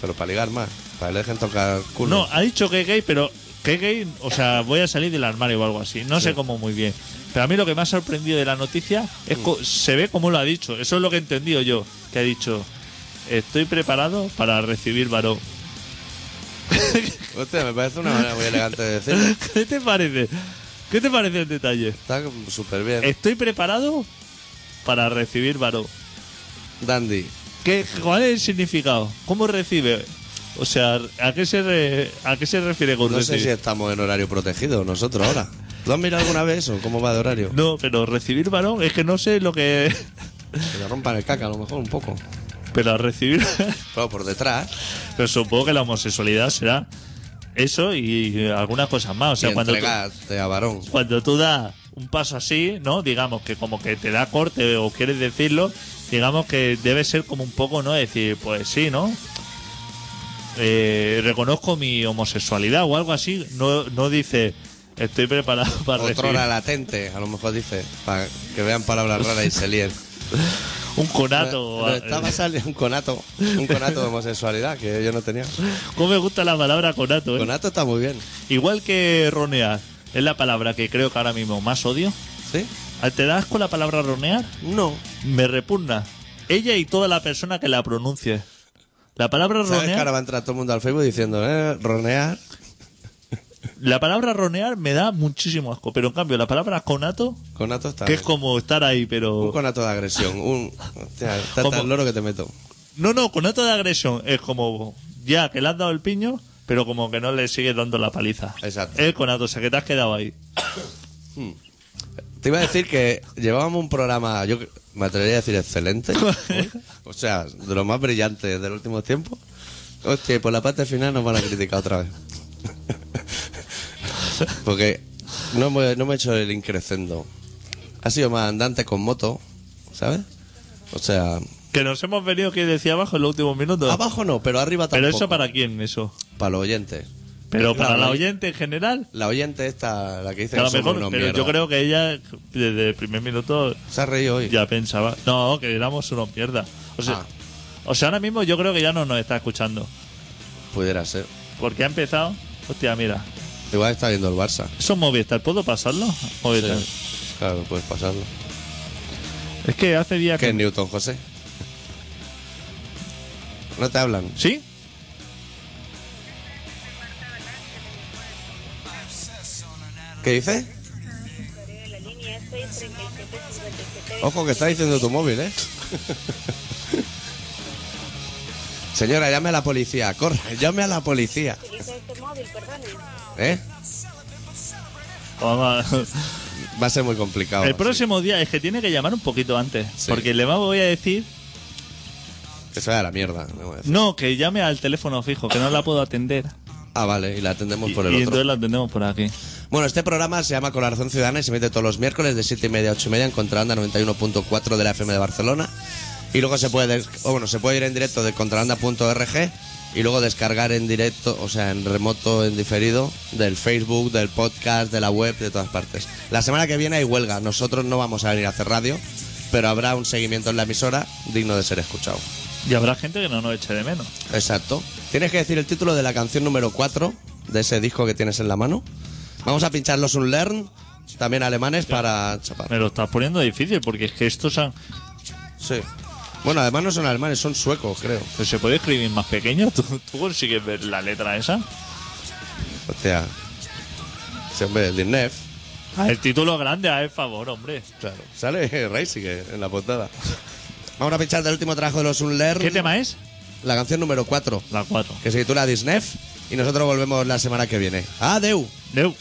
S1: Pero para ligar más. Para que le dejen tocar culo.
S2: No, ha dicho que es gay, pero que es gay, o sea, voy a salir del armario o algo así. No sé cómo muy bien. Pero a mí lo que me ha sorprendido de la noticia es co- se ve cómo lo ha dicho. Eso es lo que he entendido yo. Que ha dicho, estoy preparado para recibir varón.
S1: Hostia, me parece una manera muy elegante de decirlo.
S2: (laughs) ¿Qué te parece? ¿Qué te parece el detalle?
S1: Está súper bien.
S2: Estoy preparado para recibir varón.
S1: Dandy.
S2: ¿Qué, ¿Cuál es el significado? ¿Cómo recibe? O sea, ¿a qué se, re- a qué se refiere con
S1: No sé si
S2: recibir?
S1: estamos en horario protegido nosotros ahora. ¿Tú has mirado alguna vez eso? ¿Cómo va de (laughs) horario?
S2: No, pero recibir varón es que no sé lo que...
S1: Que te rompan el caca a lo mejor un poco.
S2: Pero a recibir. (laughs)
S1: Pero por detrás.
S2: Pero supongo que la homosexualidad será eso y algunas cosas más. O sea,
S1: y
S2: cuando tú,
S1: entregarte a varón.
S2: cuando tú das un paso así, ¿no? Digamos que como que te da corte o quieres decirlo, digamos que debe ser como un poco, ¿no? Decir, pues sí, ¿no? Eh, reconozco mi homosexualidad o algo así. No, no dice, estoy preparado para recibir
S1: Otrora latente, a lo mejor dice. Para que vean (laughs) palabras raras y se líen.
S2: un conato. Eh, o-
S1: Pero estaba saliendo un conato. Un conato de homosexualidad que yo no (laughs) tenía.
S2: ¿Cómo me gusta la palabra conato? eh?
S1: Conato está muy bien.
S2: Igual que ronear es la palabra que creo que ahora mismo más odio.
S1: ¿Sí?
S2: ¿Te das con la palabra ronear?
S1: No.
S2: Me repugna. Ella y toda la persona que la pronuncie. La palabra
S1: ¿Sabes que ahora
S2: ronear,
S1: va a entrar todo el mundo al Facebook diciendo, eh, ronear?
S2: la palabra ronear me da muchísimo asco, pero en cambio la palabra conato,
S1: Conato está
S2: que es
S1: bien.
S2: como estar ahí,
S1: Un
S2: pero
S1: conato de agresión. Un. Hostia, está
S2: Como-
S1: tan loro que te meto.
S2: no, no, conato de agresión es como ya que le has dado el piño, pero como que no le sigues dando la paliza.
S1: Exacto.
S2: El conato, o sea, que te has quedado ahí.
S1: Te iba a decir que llevábamos un programa, yo me atrevería a decir
S2: (laughs)
S1: excelente, o sea, de los más brillantes del último tiempo. Hostia, y por la parte final nos van a criticar otra vez. (laughs) Porque no me, no me he hecho el increscendo. Ha sido más andante con moto, ¿sabes? O sea,
S2: Que nos hemos venido que decía abajo en los últimos minutos.
S1: abajo no, pero arriba tampoco.
S2: pero eso para quién eso?
S1: Para los oyentes.
S2: Pero para
S1: la-
S2: la oyente en general.
S1: La oyente esta, la que dice
S2: que
S1: que
S2: a lo
S1: somos
S2: mejor,
S1: unos
S2: pero yo
S1: mierdas.
S2: creo que ella desde el primer minuto
S1: Se ha reído hoy.
S2: Ya pensaba. No, que éramos unos mierda. O sea,
S1: Ah.
S2: o sea, ahora mismo yo creo que ya no nos está escuchando.
S1: Pudiera ser.
S2: Porque ha empezado. Hostia, mira.
S1: Igual está viendo el Barça.
S2: Eso es Movistar. ¿Puedo pasarlo? Movistar.
S1: Sí. Claro, puedes pasarlo.
S2: Es que hace días
S1: ¿Qué
S2: que.
S1: es Newton, José? No te hablan.
S2: ¿Sí?
S1: ¿Qué dices?
S5: La línea es 3757.
S1: Ojo que está diciendo tu móvil, ¿eh? (laughs) Señora, llame a la policía, corre, llame a la policía.
S5: Utiliza este móvil, perdone.
S1: ¿Eh?
S2: Vamos (laughs) a-
S1: Va a ser muy complicado.
S2: El
S1: así
S2: próximo día es que tiene que llamar un poquito antes.
S1: Sí.
S2: Porque le voy a decir.
S1: Que se vaya a la mierda. le voy a decir.
S2: No, que llame al teléfono fijo, que no la
S1: (laughs)
S2: puedo atender.
S1: Ah, vale, y la atendemos
S2: Y,
S1: por el
S2: y
S1: otro.
S2: entonces la atendemos por aquí.
S1: Bueno, este programa se llama Colaboración Ciudadana y se mete todos los miércoles de 7 y media a 8 y media en Contrabanda 91.4 de la FM de Barcelona. Y luego se puede, des- o bueno, se puede ir en directo de contrabanda.org y luego descargar en directo, o sea, en remoto, en diferido, del Facebook, del podcast, de la web, de todas partes. La semana que viene hay huelga. Nosotros no vamos a venir a hacer radio, pero habrá un seguimiento en la emisora digno de ser escuchado.
S2: Y habrá gente que no nos eche de menos.
S1: Exacto. Tienes que decir el título de la canción número 4 de ese disco que tienes en la mano. Vamos a pinchar los Unlearn, también alemanes, para chapar.
S2: Me lo estás poniendo difícil porque es que estos han...
S1: Sí. Bueno, además no son alemanes, son suecos, creo.
S2: Pues ¿Se puede escribir más pequeño? (laughs) ¿Tú, tú consigues ver la letra esa?
S1: Hostia. Sí, hombre, el Disnef.
S2: El título grande, a el favor, hombre.
S1: Claro. Sale (laughs) Reisig en la portada. Vamos a pinchar del último trabajo de los Unlearn.
S2: ¿Qué tema es?
S1: La canción número 4,
S2: La 4.
S1: que se titula Disnef. Y nosotros volvemos la semana que viene. ¡Adeu!
S2: Deu.